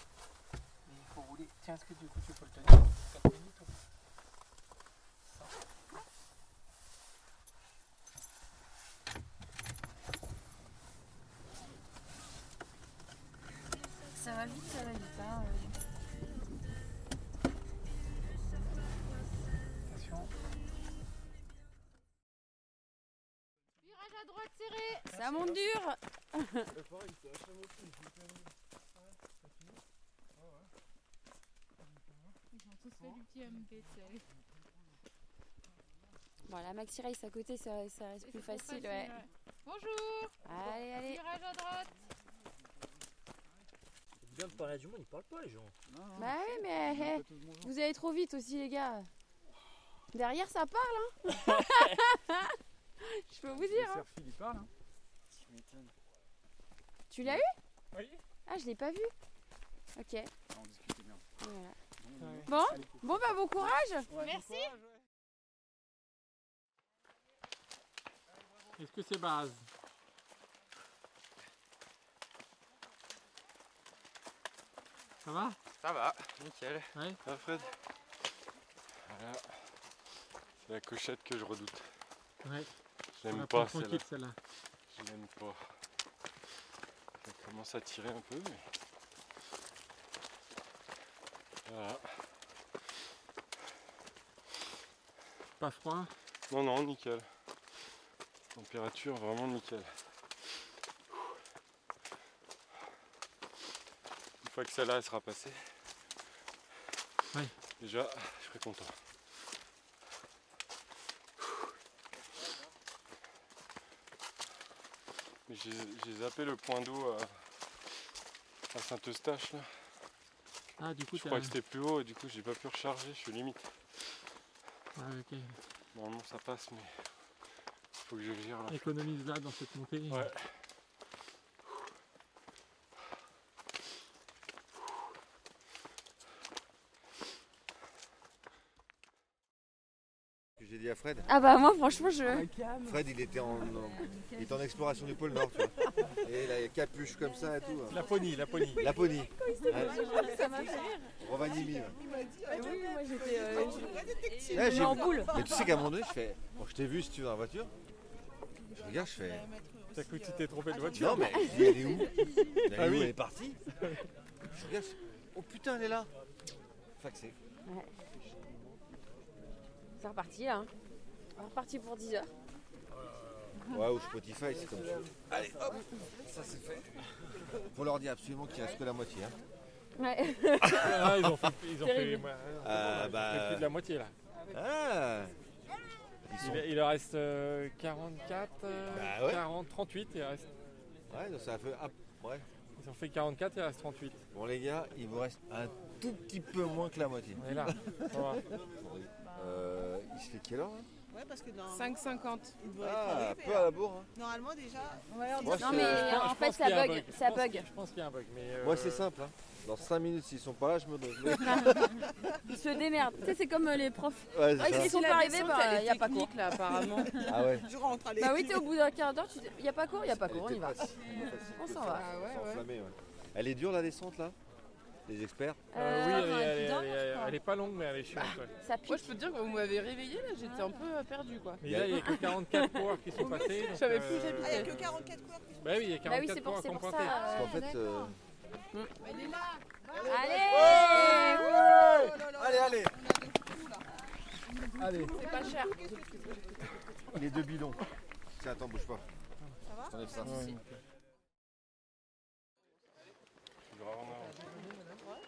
Mais il faut rouler. Tiens, est-ce que du coup, tu peux le tenir 4 minutes ou Ça va vite, ça va vite. hein, euh. Virage à droite serré Ça monte dur Ils ont tous fait du petit MP, tu sais. Bon, la maxi race à côté, ça, ça reste plus C'est facile, ouais. Bonjour Allez, allez. Virage à droite C'est bien de parler à du monde, ils parlent pas les gens. Bah oui, mais hey, vous allez trop vite aussi, les gars. Derrière, ça parle, hein Je peux vous dire. hein. il parle. Hein. Tu l'as eu Oui. Ah, je l'ai pas vu. Ok. Voilà. Ouais. Bon, bon bah bon courage. Merci Est-ce que c'est base Ça va Hein, Ça va, nickel. Ouais. Alfred. Voilà. La cochette que je redoute. Ouais. Je On l'aime la pas prend celle-là. tranquille, celle-là. Je l'aime pas. Ça commence à tirer un peu, mais. Voilà. Pas froid. Non, non, nickel. Température vraiment nickel. Une fois que celle-là elle sera passée, Ouais. déjà, je serai content. Mais J'ai j'ai zappé le point d'eau à, à Saint-Eustache là. Ah, du coup, Je crois t'as- que c'était plus haut et du coup j'ai pas pu recharger, je suis limite. Ah, ok. Normalement ça passe mais faut que je gère là. Économise là dans cette montée. Ouais. que j'ai dit à Fred. Ah bah moi franchement je... Ah, Fred, il était en, en- il était en exploration du pôle Nord, tu vois. Et la capuche comme ça et tout. hein. Laponie, Laponie. Laponie. Ouais. Ça m'a fait rire. Rovaniemi. ah ouais. Ah oui, moi j'étais euh, Ouais, j'étais j'ai- en boule. Mais tu sais qu'à un moment donné, je fais. Bon, je t'ai vu si tu veux dans la voiture. Je regarde, je fais. T'as cru que tu t'es trompé de voiture Non, mais je dis, elle est où Elle est Ah où oui. Elle est partie Je regarde, je fais, Oh putain, elle est là Faxé. C'est reparti là. hein. On est reparti pour 10 heures. Ouais, ou Spotify, c'est comme tu veux. Allez, hop Ça, c'est fait. Faut leur dire absolument qu'il reste que la moitié. hein. Ouais. Ah, ils ont fait- ils ont fait- Terrible. moi, euh, Ah, ils ont bah. fait plus de la moitié, là. Ah Il, il leur reste euh, 44, euh, Bah ouais. 40, 38 il reste. Ouais, donc ça fait. ah, ouais. Ils ont fait 44 il reste 38. Bon, les gars, il vous reste un tout petit peu moins que la moitié. On est là. Ça va. Euh, il se fait quelle heure là Ouais, parce que dans. 5,50. Il devrait Ah, être peu à la bourre, hein. Normalement, déjà. Moi, non, c'est- mais je pense- en je fait, pense ça qu'il y a un bug. bug. Ça Je pense bug. qu'il- Je pense qu'il y a un bug. Mais euh, Moi, c'est simple. hein. Dans 5 minutes, s'ils sont pas là, je me donne. Ils se démerdent. Tu sais, c'est comme euh, les profs. Ouais, c'est Ah, ça. ils sont La pas arrivés, descente, bah elle est y a pas cours. technique, là, apparemment. Ah ouais. Je rentre à Bah oui, t'es au bout d'un quart d'heure, tu dis, y a pas cours, y a pas cours, on y va. On s'en va. Ils sont enflammés, ouais. Elle est dure la descente là Les experts euh, oui, Ah, elle, est- elle est- elle est- elle est pas longue, mais elle est chiante. ouais. Moi, je peux te dire que vous m'avez réveillé là, j'étais un peu euh, perdue quoi. Mais là, il n'y a que 44 coureurs qui sont passés. donc, Je savais plus euh, où j'habitais. Ah, il y a que 44 coureurs qui sont Bah oui, il y a 44 coureurs qui ont pointé. Parce qu'en fait. euh, Il est là Allez Ouais Allez, allez Allez, C'est pas cher. les deux bidons. Tiens, attends, bouge pas. Je t'enlève Ça Ouais, ok.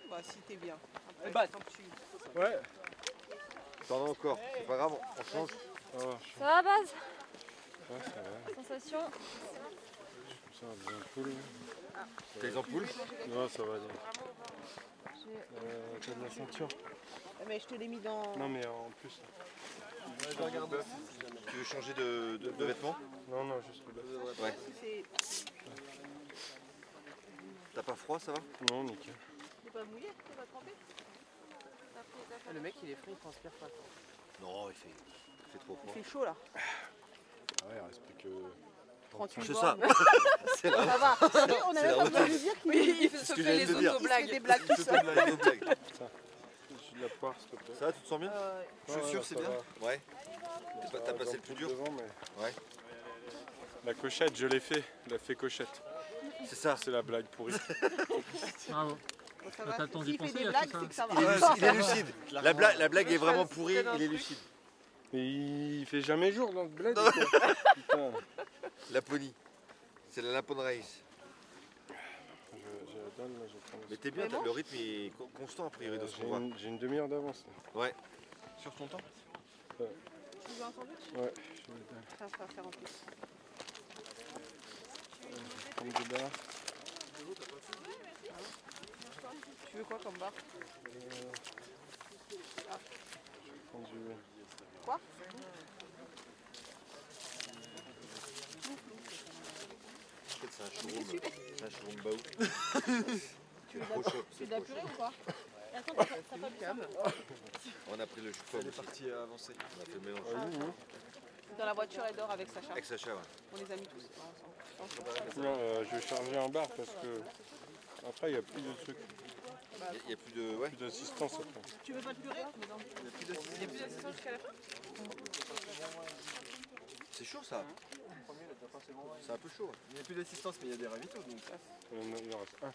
Bah, si t'es bien. Après, tant que tu- Ouais. T'en as encore. C'est pas grave, on change. Ah, Ça va, base Ouais, ça va. Sensation Ça va, des ampoules. T'as les ampoules Non, ça va. Euh, T'as de la ceinture Eh, Mais je te l'ai mis dans. Non, mais en plus. je regarde. Tu veux changer de, de- de vêtements Non, non, juste le bas. Ouais. C'est T'as pas froid, ça va Non, nickel. t'es pas mouillé, t'es pas trempé Ah, Le mec, il est frais, il transpire pas. Non, il fait, il fait trop Il froid. fait chaud là. Ah ouais, il reste plus que. 38 C'est bornes. ça. C'est la Ça va. c'est- On c'est a même la pas besoin de hauteur. lui dire qu'il- Oui, il se C'est ce que fait j'allais les te dire. auto-blagues. Il se fait des blagues tout Il se fait seul. des blagues, des blagues. Ça. Je suis de la poire, s'il te plaît. Ça va, tu te sens bien Je suis Euh, Ouais, sûr, ouais, c'est ça bien. Ouais. T'es pas- T'as va, passé j'en le plus dur Ouais. La cochette, je l'ai fait. La fée cochette. Ah, C'est ça. C'est la blague pourrie. Bravo. ça T'as va. le temps d'y S'il fait penser des là, blagues, tout ça. c'est que ça Ah, va. Il est lucide. il est lucide. La, blague- la blague est vraiment pourrie, il est lucide. Mais il fait jamais jour dans le bled. Laponie. C'est la Lapone Race. Mais t'es bien, Mais t'as- moi- le rythme est co- constant a priori de ce Ah, J'ai qu'on voit. une, j'ai une demi-heure d'avance. là. Ouais. Sur ton temps Ouais. Tu veux un sandwich Ouais, je vais le Ça, ça va faire en plus. prendre des barres. Tu veux quoi comme bar prendre du- Quoi Peut-être c'est un showroom. C'est un showroom baou. Tu veux de Trop la- chaud, tu c'est veux de la trop purée chaud. ou pas Attends, t'as pas On a pris le chocolat. On est parti avancer. On a fait le mélange. Dans la voiture, elle dort avec Sacha. Avec Sacha, ouais. On les a mis tous ensemble. Non, euh, je vais charger un bar parce que après il n'y a plus de trucs. Bah, Il n'y a plus de. Ouais. Plus d'assistance après. Tu veux pas de purée Il n'y a plus d'assistance jusqu'à la fin chaud ça. C'est un peu chaud. Il n'y a plus d'assistance, mais il y a des ravitaux donc. Il en reste un. En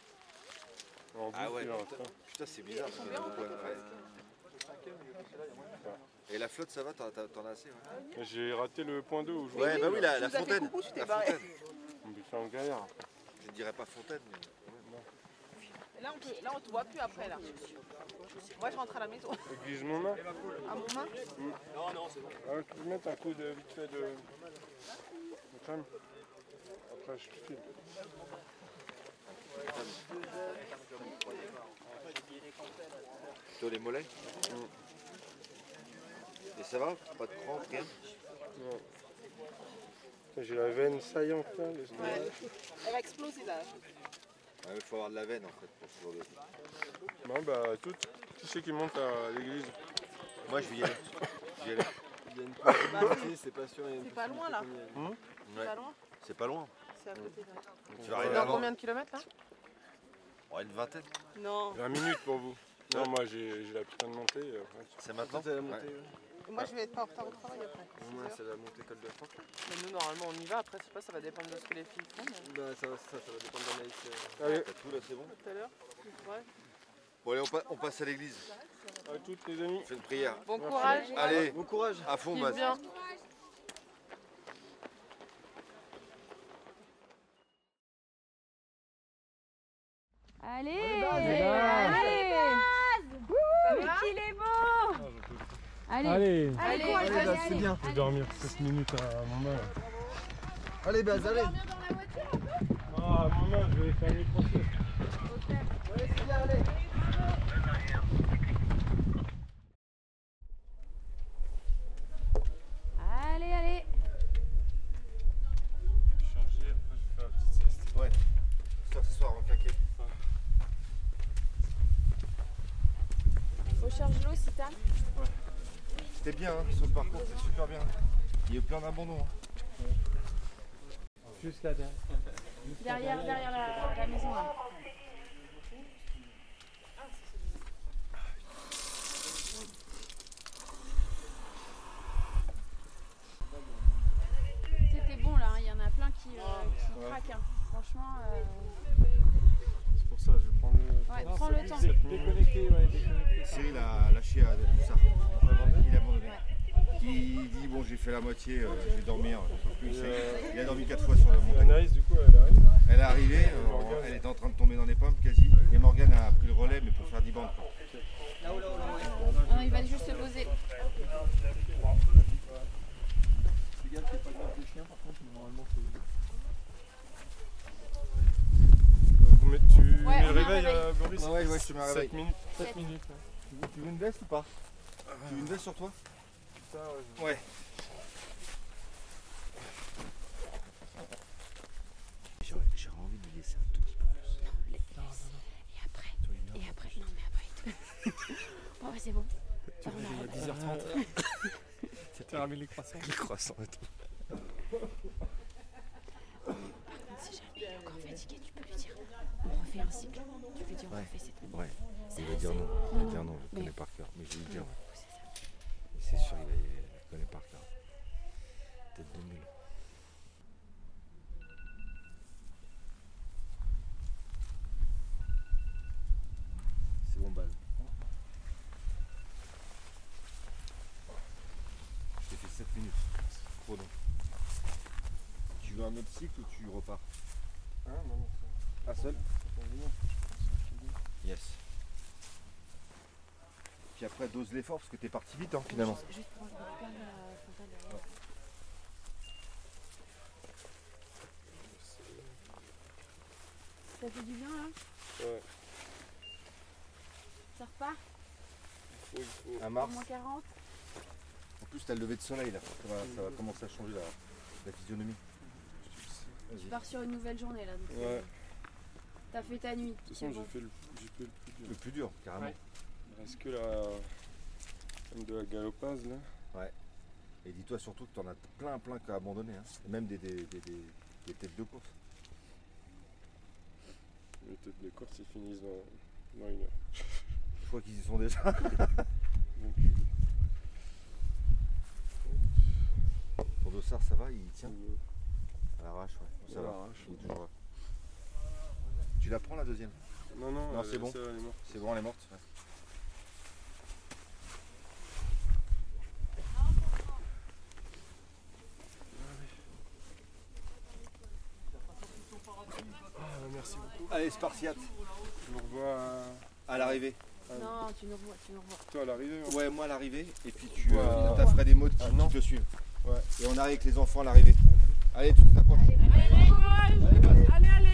Ah bouffe, ouais, il en reste putain, un. putain, c'est bizarre. Ils sont bien, en fait, Ouais, en fait. ouais. Et la flotte, ça va, t'en t'en- t'en as assez. Ouais, J'ai raté le point 2 aujourd'hui. ouais bah oui, la, Tu la nous as fait fontaine. coucou, tu t'es la barré. fontaine. Putain, on galère. Je ne dirais pas fontaine, mais. Là, on peut, là, on te voit plus après. Là. Moi, je rentre à la maison. Aiguise mon main. À mon main Mm. Non, non, c'est bon. tu peux Ah, mettre un coup de vite fait de, de crème Après, je te file. Plutôt les mollets. Mm. Et ça va Pas de crampes, rien Non. Putain, J'ai la veine saillante hein, là. laisse tomber. Ouais. Elle va exploser là. Ah, Il faut avoir de la veine en fait pour ce genre de truc. Non, bah, tout, qui c'est qui monte à l'église Moi, je vais y aller. Je vais y aller. Il y a une possibilité, c'est pas sûr. il y a une C'est pas loin, là. possibilité Hum qu'on y Ouais. aille. Pas loin C'est pas loin. C'est à côté. là. Tu vas On arriver est à avant. combien de kilomètres là Oh, une vingtaine. Non. 20 minutes pour vous. Non, moi j'ai j'ai la putain de montée. euh, C'est maintenant Peut-être à la montée, ouais. Moi, je vais être pas en retard au travail après. Ouais, c'est la montée Col de France. Mais nous, normalement, on y va. Après, je sais pas, ça va dépendre de ce que les filles font. mais- Bah, ça, va- ça, ça va dépendre d'Anaïs. euh. Allez. T'as tout là, c'est bon Tout à l'heure Ouais. Ah Bon, allez, on, pa- on passe à l'église. À toutes les amis. On fait une prière. Bon courage. Allez, Bon courage. à fond, Kiffe Matt. bien. Allez base, Allez les bases. Wouhou Mais qu'il est Ah, beau Allez Allez. Allez, courage, vas-y, allez. Je vais dormir 16 minutes à mon main. Allez, Baz, allez. Ah, mon main, je vais aller faire une micro Allez, allez Chargé, après je vais faire la petite sieste. Ouais. Sauf ce soir, on claquette. Recharge l'eau si t'as. C'était bien hein, sur le parcours, c'est super bien. Il y a eu plein d'abandons. hein. Jusqu'à derrière. Derrière, derrière la, la maison là. C'était bon là, hein, il y en a plein qui, euh, qui Ouais. craquent. hein. Franchement, euh, C'est pour ça, je vais prendre le. Ouais, prends le temps. Déconnecté, ouais, déconnecté. Cyril a lâché à tout ça. Il a abandonné. Il dit bon j'ai fait la moitié, euh, je vais dormir, j'en peux plus. Il s'est- Il a dormi quatre fois sur le Et montagne. Anaïs, du coup, elle arrive. Elle est arrivée, euh, elle était en train de tomber dans les pommes quasi. Et Morgane a pris le relais mais pour faire 10 bandes. quoi. ah non, il va juste se poser. Fais gaffe, c'est pas grave des chiens par contre, mais normalement c'est. Vous mettez tu on mets met le un réveil, réveil. euh, Boris Ah Ouais, ouais, ouais, je te mets un 7 réveil. minutes. Sept. 7 minutes. ouais. Tu veux, tu veux une veste ou pas Tu veux une veste sur toi Ça, ouais. Ouais. J'aurais j'aurais envie de lui laisser un tout petit peu plus. Et après, et après, non mais après et tout. bon bah c'est bon. Tu On arrête. C'était ramené les croissants. Les croissants et tout. Si jamais il est encore fatigué, tu peux lui dire on refait un cycle. Tu lui dis on Ouais. refait cette Ouais. Ça Il va, va dire ça non. va. Il Non, va dire non, non, je le mais- connais par cœur. Mais je vais lui dire Non, ouais. c'est ça. Et C'est sûr, il va y- il la connaît par cœur. Tête de mule. C'est bon, Baz. Je t'ai fait 7 minutes. C'est trop long. Tu veux un autre cycle ou tu repars Ah, non, non, Un seul ça. Yes. Puis après, dose l'effort parce que t'es parti vite hein, finalement. Juste pour récupérer la frontale derrière. Ça fait du bien hein là Ouais. Ça repart À mars. Moins 40 En plus, t'as le lever de soleil là. Ça va, ça va commencer à changer la, la physionomie. Tu Vas-y. pars sur une nouvelle journée là. donc c'est Ouais. bon. T'as fait ta nuit. De toute c'est façon, j'ai bon. fait le, j'ai fait le plus dur. Le plus dur, carrément. Ouais. Il reste que la. Comme de la galopase là. Ouais. Et dis-toi surtout que t'en as plein, plein qui a abandonné. hein. Et Même des, des- des- des- des têtes de course. Les têtes de course, ils finissent dans, dans une heure. Je crois qu'ils y sont déjà. Donc, Pour 200 dossard, ça va, il tient À l'arrache, ouais. Ça À va. l'arrache. il est toujours là. Tu la prends la deuxième Non, non, non elle- c'est bon. ça, elle est morte. C'est bon, elle est morte. ouais. merci beaucoup. Allez, Spartiate. Je vous revois à, à l'arrivée. Non, tu nous revois, tu nous revois. euh, Toi à l'arrivée hein. Ouais, moi à l'arrivée. Et puis tu Ouais, Ah, euh, ouais. t'afferais des mots qui, qui te suivent. Et on arrive avec les enfants à l'arrivée. Allez, tu t'approches. Allez, allez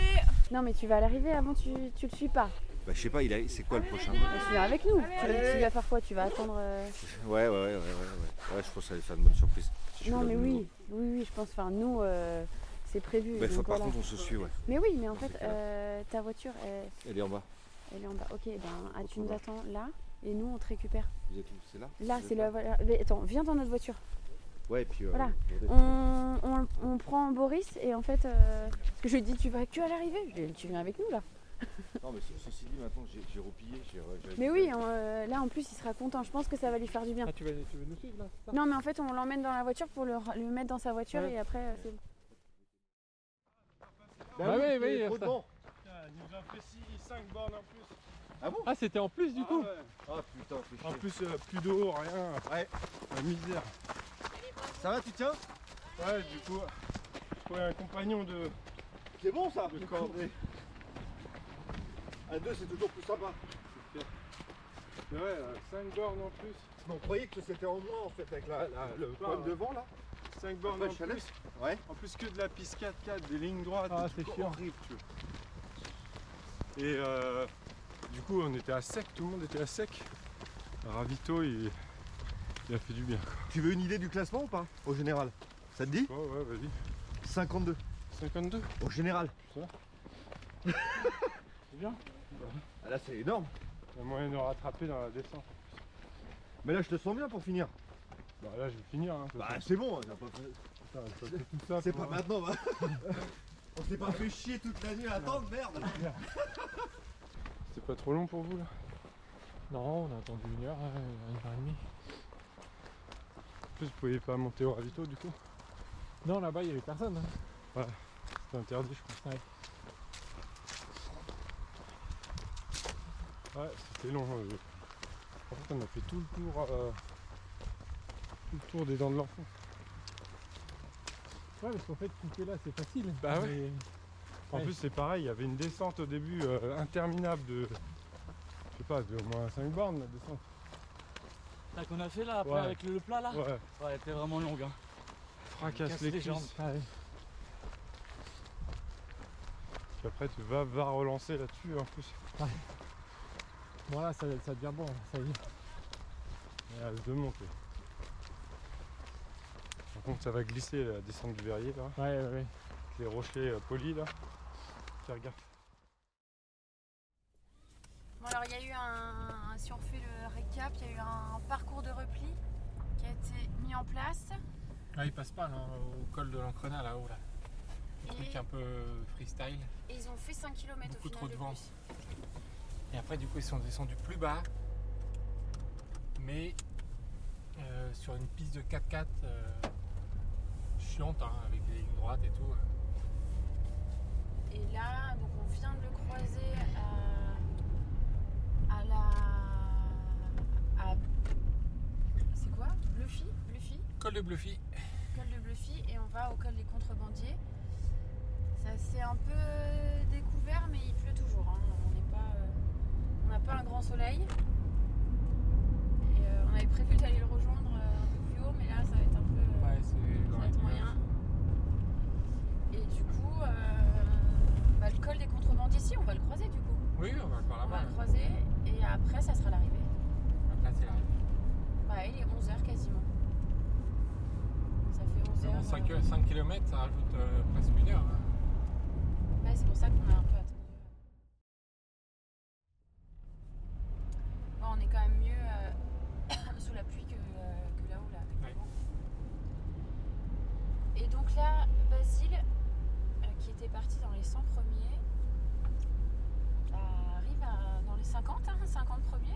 Non, mais tu vas à l'arrivée avant, tu, tu le suis pas. Bah, je sais pas, il a... c'est quoi le prochain Tu viens avec nous. Tu, allez. tu vas faire quoi Tu vas attendre. euh, Ouais, ouais, ouais, ouais, ouais, ouais. Ouais, je pense que ça allait faire une bonne surprise. Si je Non, fais mais le oui, nouveau. oui, oui, je pense. Enfin, nous, euh, c'est prévu. Bah, faut, donc par voilà. contre, on se suit, ouais. Mais oui, mais en fait, ces cas-là. euh, ta voiture, elle, Elle est en bas. elle est en bas. Ok, ben, ah, tu nous va. attends là et nous, on te récupère. Vous êtes où C'est là Là, Vous êtes c'est la. voilà. Mais Attends, viens dans notre voiture. Ouais, et puis. euh, Voilà. regardez. On, on- on prend Boris et en fait, euh, parce que je lui dis, tu vas que à l'arrivée. Je lui dis, tu viens avec nous là. Non, mais ce- ceci dit, maintenant que j'ai- j'ai replié, j'ai. re- j'ai- Mais oui, on, euh, là en plus, il sera content. Je pense que ça va lui faire du bien. Ah, tu veux, tu veux nous suivre là Non, mais en fait, on l'emmène dans la voiture pour le, le mettre dans sa voiture Ouais. et après, euh, c'est bon. Bah oui, oui, il est trop ça. bon. Putain, il nous a fait 5 bornes en plus. Ah bon Ah, c'était en plus du coup Ah putain, on fait chier. En plus, euh, plus d'eau, rien. Ouais. La misère. Ça va, tu tiens Ouais, du coup, je trouvais un compagnon de. C'est bon ça De cordée. À deux, c'est toujours plus sympa. Mais ouais, 5 bornes en plus. On croyait que c'était en moins en fait, avec la, la- le Ah, point de ouais. devant là. 5 bornes Après, en je te plus. laisse. Ouais. En plus que de la piste 4x4, des lignes droites. Ah, des trucs c'est chiant. horribles, tu vois. Et euh, du coup, on était à sec, tout le monde était à sec. Ravito, il, il a fait du bien. Tu veux une idée du classement ou pas Au général. Ça te dit Ouais, Oh, ouais, vas-y. 52. 52 Au général. Ça va C'est bien Ah, Là c'est énorme. Il y a moyen de rattraper dans la descente. Mais là je te sens bien pour finir. Bah là, je vais finir. Hein, Bah c'est bon. on a pas fait- Putain, j'ai pas fait tout ça C'est pour- pas maintenant. Bah. on s'est pas fait chier toute la nuit à attendre, merde. C'est pas trop long pour vous là Non, on a attendu une heure, euh, une heure et demie. En plus, vous pouviez pas monter au ravito du coup Non, là-bas, il y avait personne. hein. Ouais, c'est interdit, je crois. Ouais, c'était long. euh. En fait, on a fait tout le tour, euh, tout le tour des dents de l'enfant. Ouais, parce qu'en fait, couper là, c'est facile. Bah ouais. Mais- En Ouais. plus, c'est pareil, il y avait une descente au début euh, interminable de, je sais pas, de au moins 5 bornes la descente. Là qu'on a fait là, après Ouais. avec le plat là Ouais. Ouais, elle était vraiment longue. Hein. Fracasse Ah. Casse les les cuisses. jambes. Ah ouais. Puis après, tu vas, vas relancer là-dessus en plus. Bon, là, ça, ça devient bon, hein, ça y est. Et à se monter. Par contre, ça va glisser la descente du verrier là. Ouais, ouais, ouais. Avec les rochers euh, polis là. Tiens, regarde. Bon alors il y a eu un, un- si on refait le récap, il y a eu un parcours de repli qui a été mis en place. Ah, il passe pas au col de l'Ancrena là-haut. Là. Et, peu freestyle. et ils ont fait 5 km au beaucoup final. trop de de vent. plus. Et après, du coup, ils sont descendus plus bas, mais euh, sur une piste de 4x4 euh, chiante, hein, avec des lignes droites et tout. euh. Et là, donc on vient de le croiser euh, à, à la. à- C'est quoi Bluffy Bluffy Col de Bluffy. Col de Bluffy et on va au col des contrebandiers. Ça s'est un peu découvert, mais il pleut toujours. hein. On n'est pas, euh, on n'a pas un grand soleil. Et euh, on avait prévu d'aller le rejoindre euh, un peu plus haut, mais là ça va être un peu. euh, Ouais, c'est Ça va être moyen. Et du coup, euh, bah, le col des contrebandiers, si, on va le croiser du coup. Oui, on va Ah par On va là-bas. le croiser et après, ça sera l'arrivée. Après, c'est l'arrivée. Bah, il est 11h quasiment. Ça fait 11h. 5, km, ça rajoute euh, presque une heure. hein. Ouais, c'est pour ça qu'on a un peu attendu. Bon, on est quand même mieux euh, sous la pluie que, euh, que là-haut, là, avec le vent. Et donc là, Basile, euh, qui était parti dans les 100 premiers, bah, arrive à- dans les 50, hein, 50 premiers.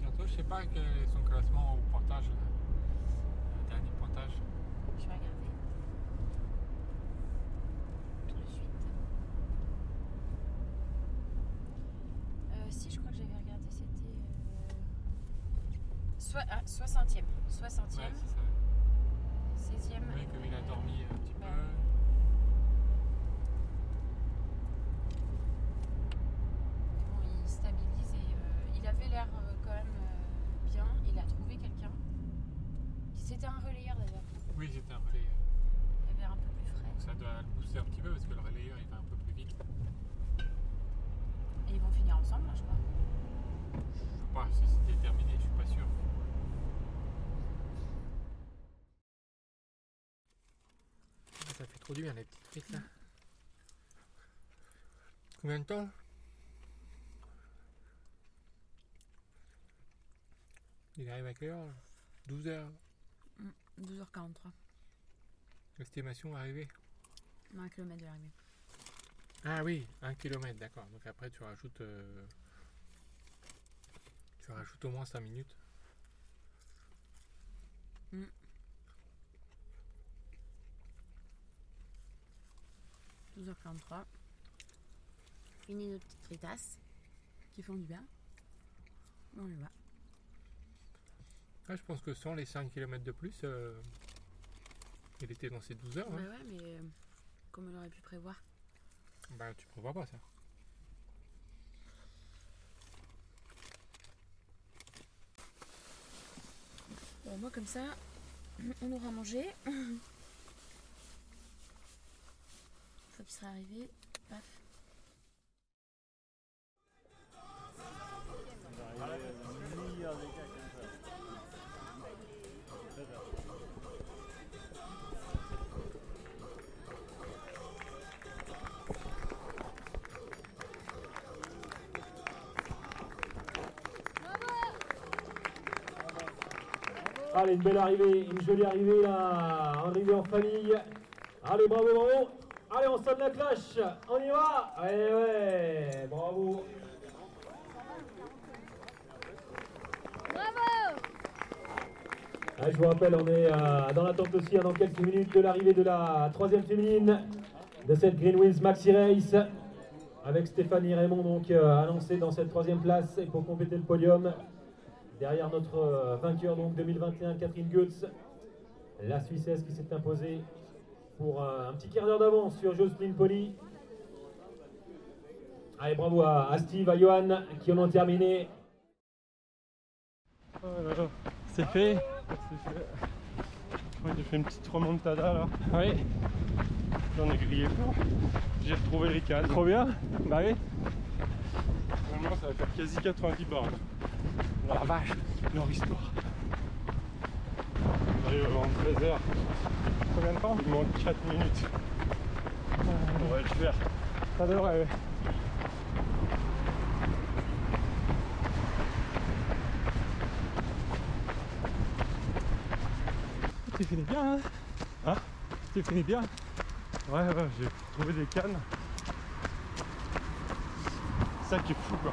Bientôt, je sais pas quel est son classement au pointage. là. Le dernier pointage. Je vais regarder. Euh, Soit, euh, ah, 60e. 60e. Ouais, c'est ça. 16e. Oui, euh, comme il a dormi un petit peu. Bon, il stabilise et euh, il avait l'air euh, quand même euh, bien. Il a trouvé quelqu'un. C'était un relayeur d'ailleurs. Oui, c'était un relais. euh, Il avait l'air un peu plus frais. Donc ça doit le booster un petit peu parce que le euh, relayeur il va un peu plus vite. Et ils vont finir ensemble, hein, je crois. Je sais pas si c'était terminé, je suis pas sûr. Ah, Ça fait trop du bien les petites frites là. Combien de temps Il arrive à quelle heure 12h. 12h43. L'estimation arrivée. un kilomètre de l'arrivée. Ah oui, un kilomètre, d'accord. Donc après tu rajoutes euh, tu rajoutes au moins 5 minutes. Mm. h 43 Fini nos petites fritasses qui font du bien. On y va. Ah, je pense que sans les 5 km de plus, euh, il était dans ses 12 heures. Ouais, hein. ouais, mais euh, comme on aurait pu prévoir. Bah tu prévois pas ça. Bon, moi, comme ça, on aura mangé. Une fois qu'il sera arrivé, paf. Allez, une belle arrivée, une jolie arrivée là, arrivée en famille. Allez, bravo, bravo. Allez, on sonne la cloche, on y va. Ouais, ouais, bravo. Bravo Ah, je vous rappelle, on est euh, dans l'attente aussi hein, dans quelques minutes de l'arrivée de la troisième féminine de cette Green Wheels Maxi Race. Avec Stéphanie Raymond donc euh, annoncée dans cette troisième place et pour compléter le podium. Derrière notre euh, vainqueur donc 2021, Catherine Goetz, la Suissesse qui s'est imposée pour euh, un petit quart d'heure d'avance sur Jocelyne Poli. Allez, bravo à, à Steve, à Johan qui en ont terminé Oh là là, c'est fait. C'est fait. Ouais, j'ai fait une petite remontada là. Oui. J'en ai grillé plein. J'ai retrouvé les cales. Trop bien. Bah oui. Vraiment, ça va faire quasi 90 bornes. La vache, leur histoire. On arrive en 13 heures. Combien de temps Euh. Il manque 4 minutes. On va le faire. Ça devrait, ouais. Tu finis bien, hein Hein Tu finis bien Ouais, ouais, j'ai trouvé des cannes. Ça qui est fou, quoi.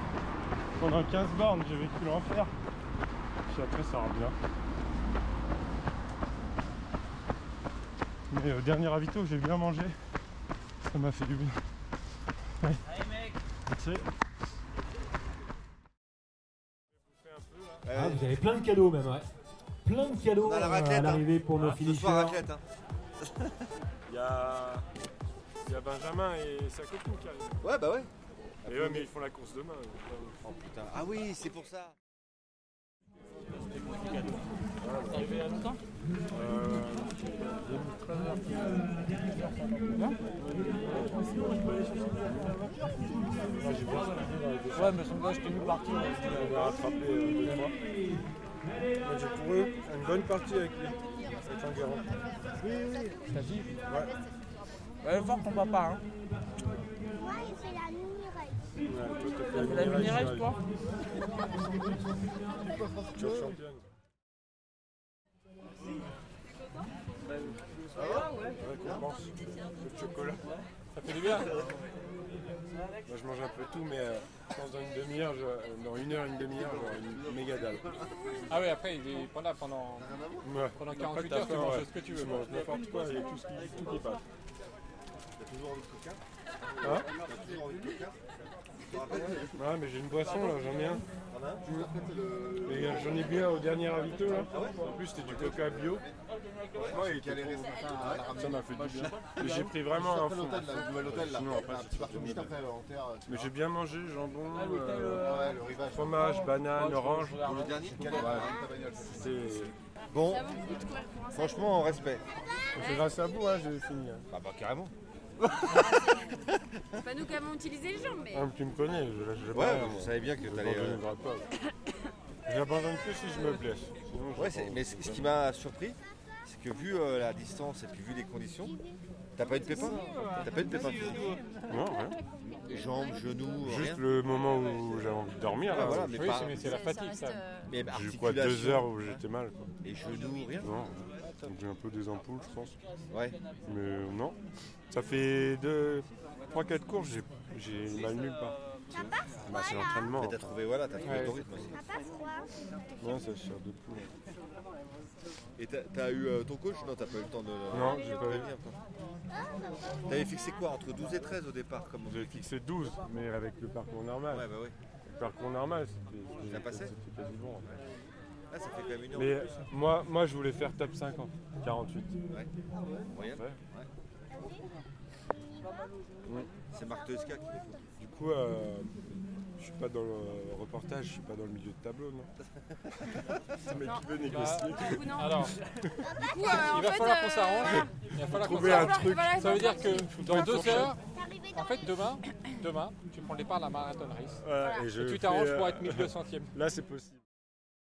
Pendant 15 bornes, j'ai vécu l'enfer. Puis après, ça revient. Mais au dernier ravito, j'ai bien mangé. Ça m'a fait du bien. Ouais. Allez, mec Tu sais, Eh, Ah, vous avez plein de cadeaux même, ouais. Plein de cadeaux On a Bah, la euh, raclette, hein. à l'arrivée pour nos Ce finishers. soir, raclette. Hein. il y a... il y a Benjamin et sa copine qui arrivent. Ouais, bah ouais. Et ouais, mais ils font la course demain. Oh putain. Ah oui, c'est pour ça. arrivé à longtemps Ouais, mais son gars, j'étais venu partir. hein, On l'a rattrapé euh, deux fois. Mais J'ai couru une bonne partie avec lui, avec un garant. Oui, oui. T'as dit Ouais. Ouais, va voir ton papa, hein. Moi, il fait la mini-race. T'as fait la mini-race, toi Tu es championne. Ça va Ouais, récompense. Le chocolat. Ça fait du bien. Moi, je mange un peu tout, mais euh, je pense dans une demi-heure, je- euh, dans une heure, une demi-heure, j'aurai une méga dalle. Ah oui, après, il est pas là pendant, Ouais. pendant Après, 48 t'as heures, tu faim, manges ouais. ce que tu Je veux. mange n'importe quoi, il y a tout ce qui, tout qui passe. T'as toujours envie de coca Hein T'as toujours envie de coca Ouais, mais j'ai une boisson là, j'en ai un. T'en as un Juste après, c'est le. Et euh, j'en ai bu un au dernier avito là. Ah ouais En plus, c'était du coca bio. Franchement, il est galéré ce matin à Ah la ramener. Ça m'a fait du bien. Mais j'ai pris Juste vraiment un après fond. l'hôtel, là, le nouvel hôtel, là. Sinon, après, Ah, c'était tu pars tout horrible. juste après, euh, en terre, tu Mais vois. j'ai bien mangé, jambon, Ah, l'hôtel, euh, ouais, le rivage. fromage, banane, Ouais, orange. pour le dernier, c'est galère, Ouais. avec ta bagnole. C'était- Bon, Ça vaut le coup de courir pour un franchement, respect. C'est grâce à vous, hein, j'ai fini. hein. Ah bah carrément. C'est pas nous qui avons utilisé les jambes, mais. Ah, mais tu me connais, je, je, Ouais, je savais bien que t'allais, euh, J'abandonnerai pas. J'abandonne que si je me blesse. Sinon, je Ouais, sais c'est- pas. mais ce ce qui m'a surpris, c'est que vu euh, la distance et puis vu les conditions, t'as pas eu de pépin T'as pas eu de pépin Non, rien. Jambes, genoux, Juste rien le moment où j'avais envie de dormir. Ouais, là, voilà, je- mais oui, pas- c'est- mais c'est la Ça- ça fatigue, reste, ça. euh, Mais J'ai eu quoi deux articulation, heures où hein. j'étais mal. Quoi. Et genoux, rien Non. euh, J'ai un peu des ampoules, je pense. Ouais. Mais euh, non. Ça fait deux, trois, quatre courses, j'ai- j'ai mal nulle part. Bah, c'est l'entraînement. Mais t'as trouvé, voilà, t'as trouvé Ouais. ton rythme aussi. Non, ça se sert de poule. Et t'as- t'as eu euh, ton coach Non, t'as pas eu le temps de. Non, j'ai pas eu. prévenir, toi. T'avais fixé quoi Entre 12 et 13 au départ comme J'ai fixé 12, mais avec le parcours normal. Ouais, bah oui. Le parcours normal, c'était. Ça c'était- passait C'était quasiment. ouais. Ah, ça fait quand même une heure Mais de euh, plus. hein. moi, moi, je voulais faire top 50, 48. Ouais. Royal Ouais. Ouais. C'est Marc Tosca qui l'a Du coup, euh, je suis pas dans le reportage, je suis pas dans le milieu de tableau, Bah, non Ce mec qui veut négocier. Alors, coup, il va falloir qu'on s'arrange. Il va falloir qu'on s'arrange. Ça veut dire que dans deux heures, en fait, demain, demain, tu prends le départ de la marathon race. Ouais, et je tu t'arranges fais, pour euh, être 1200e. Là, c'est possible.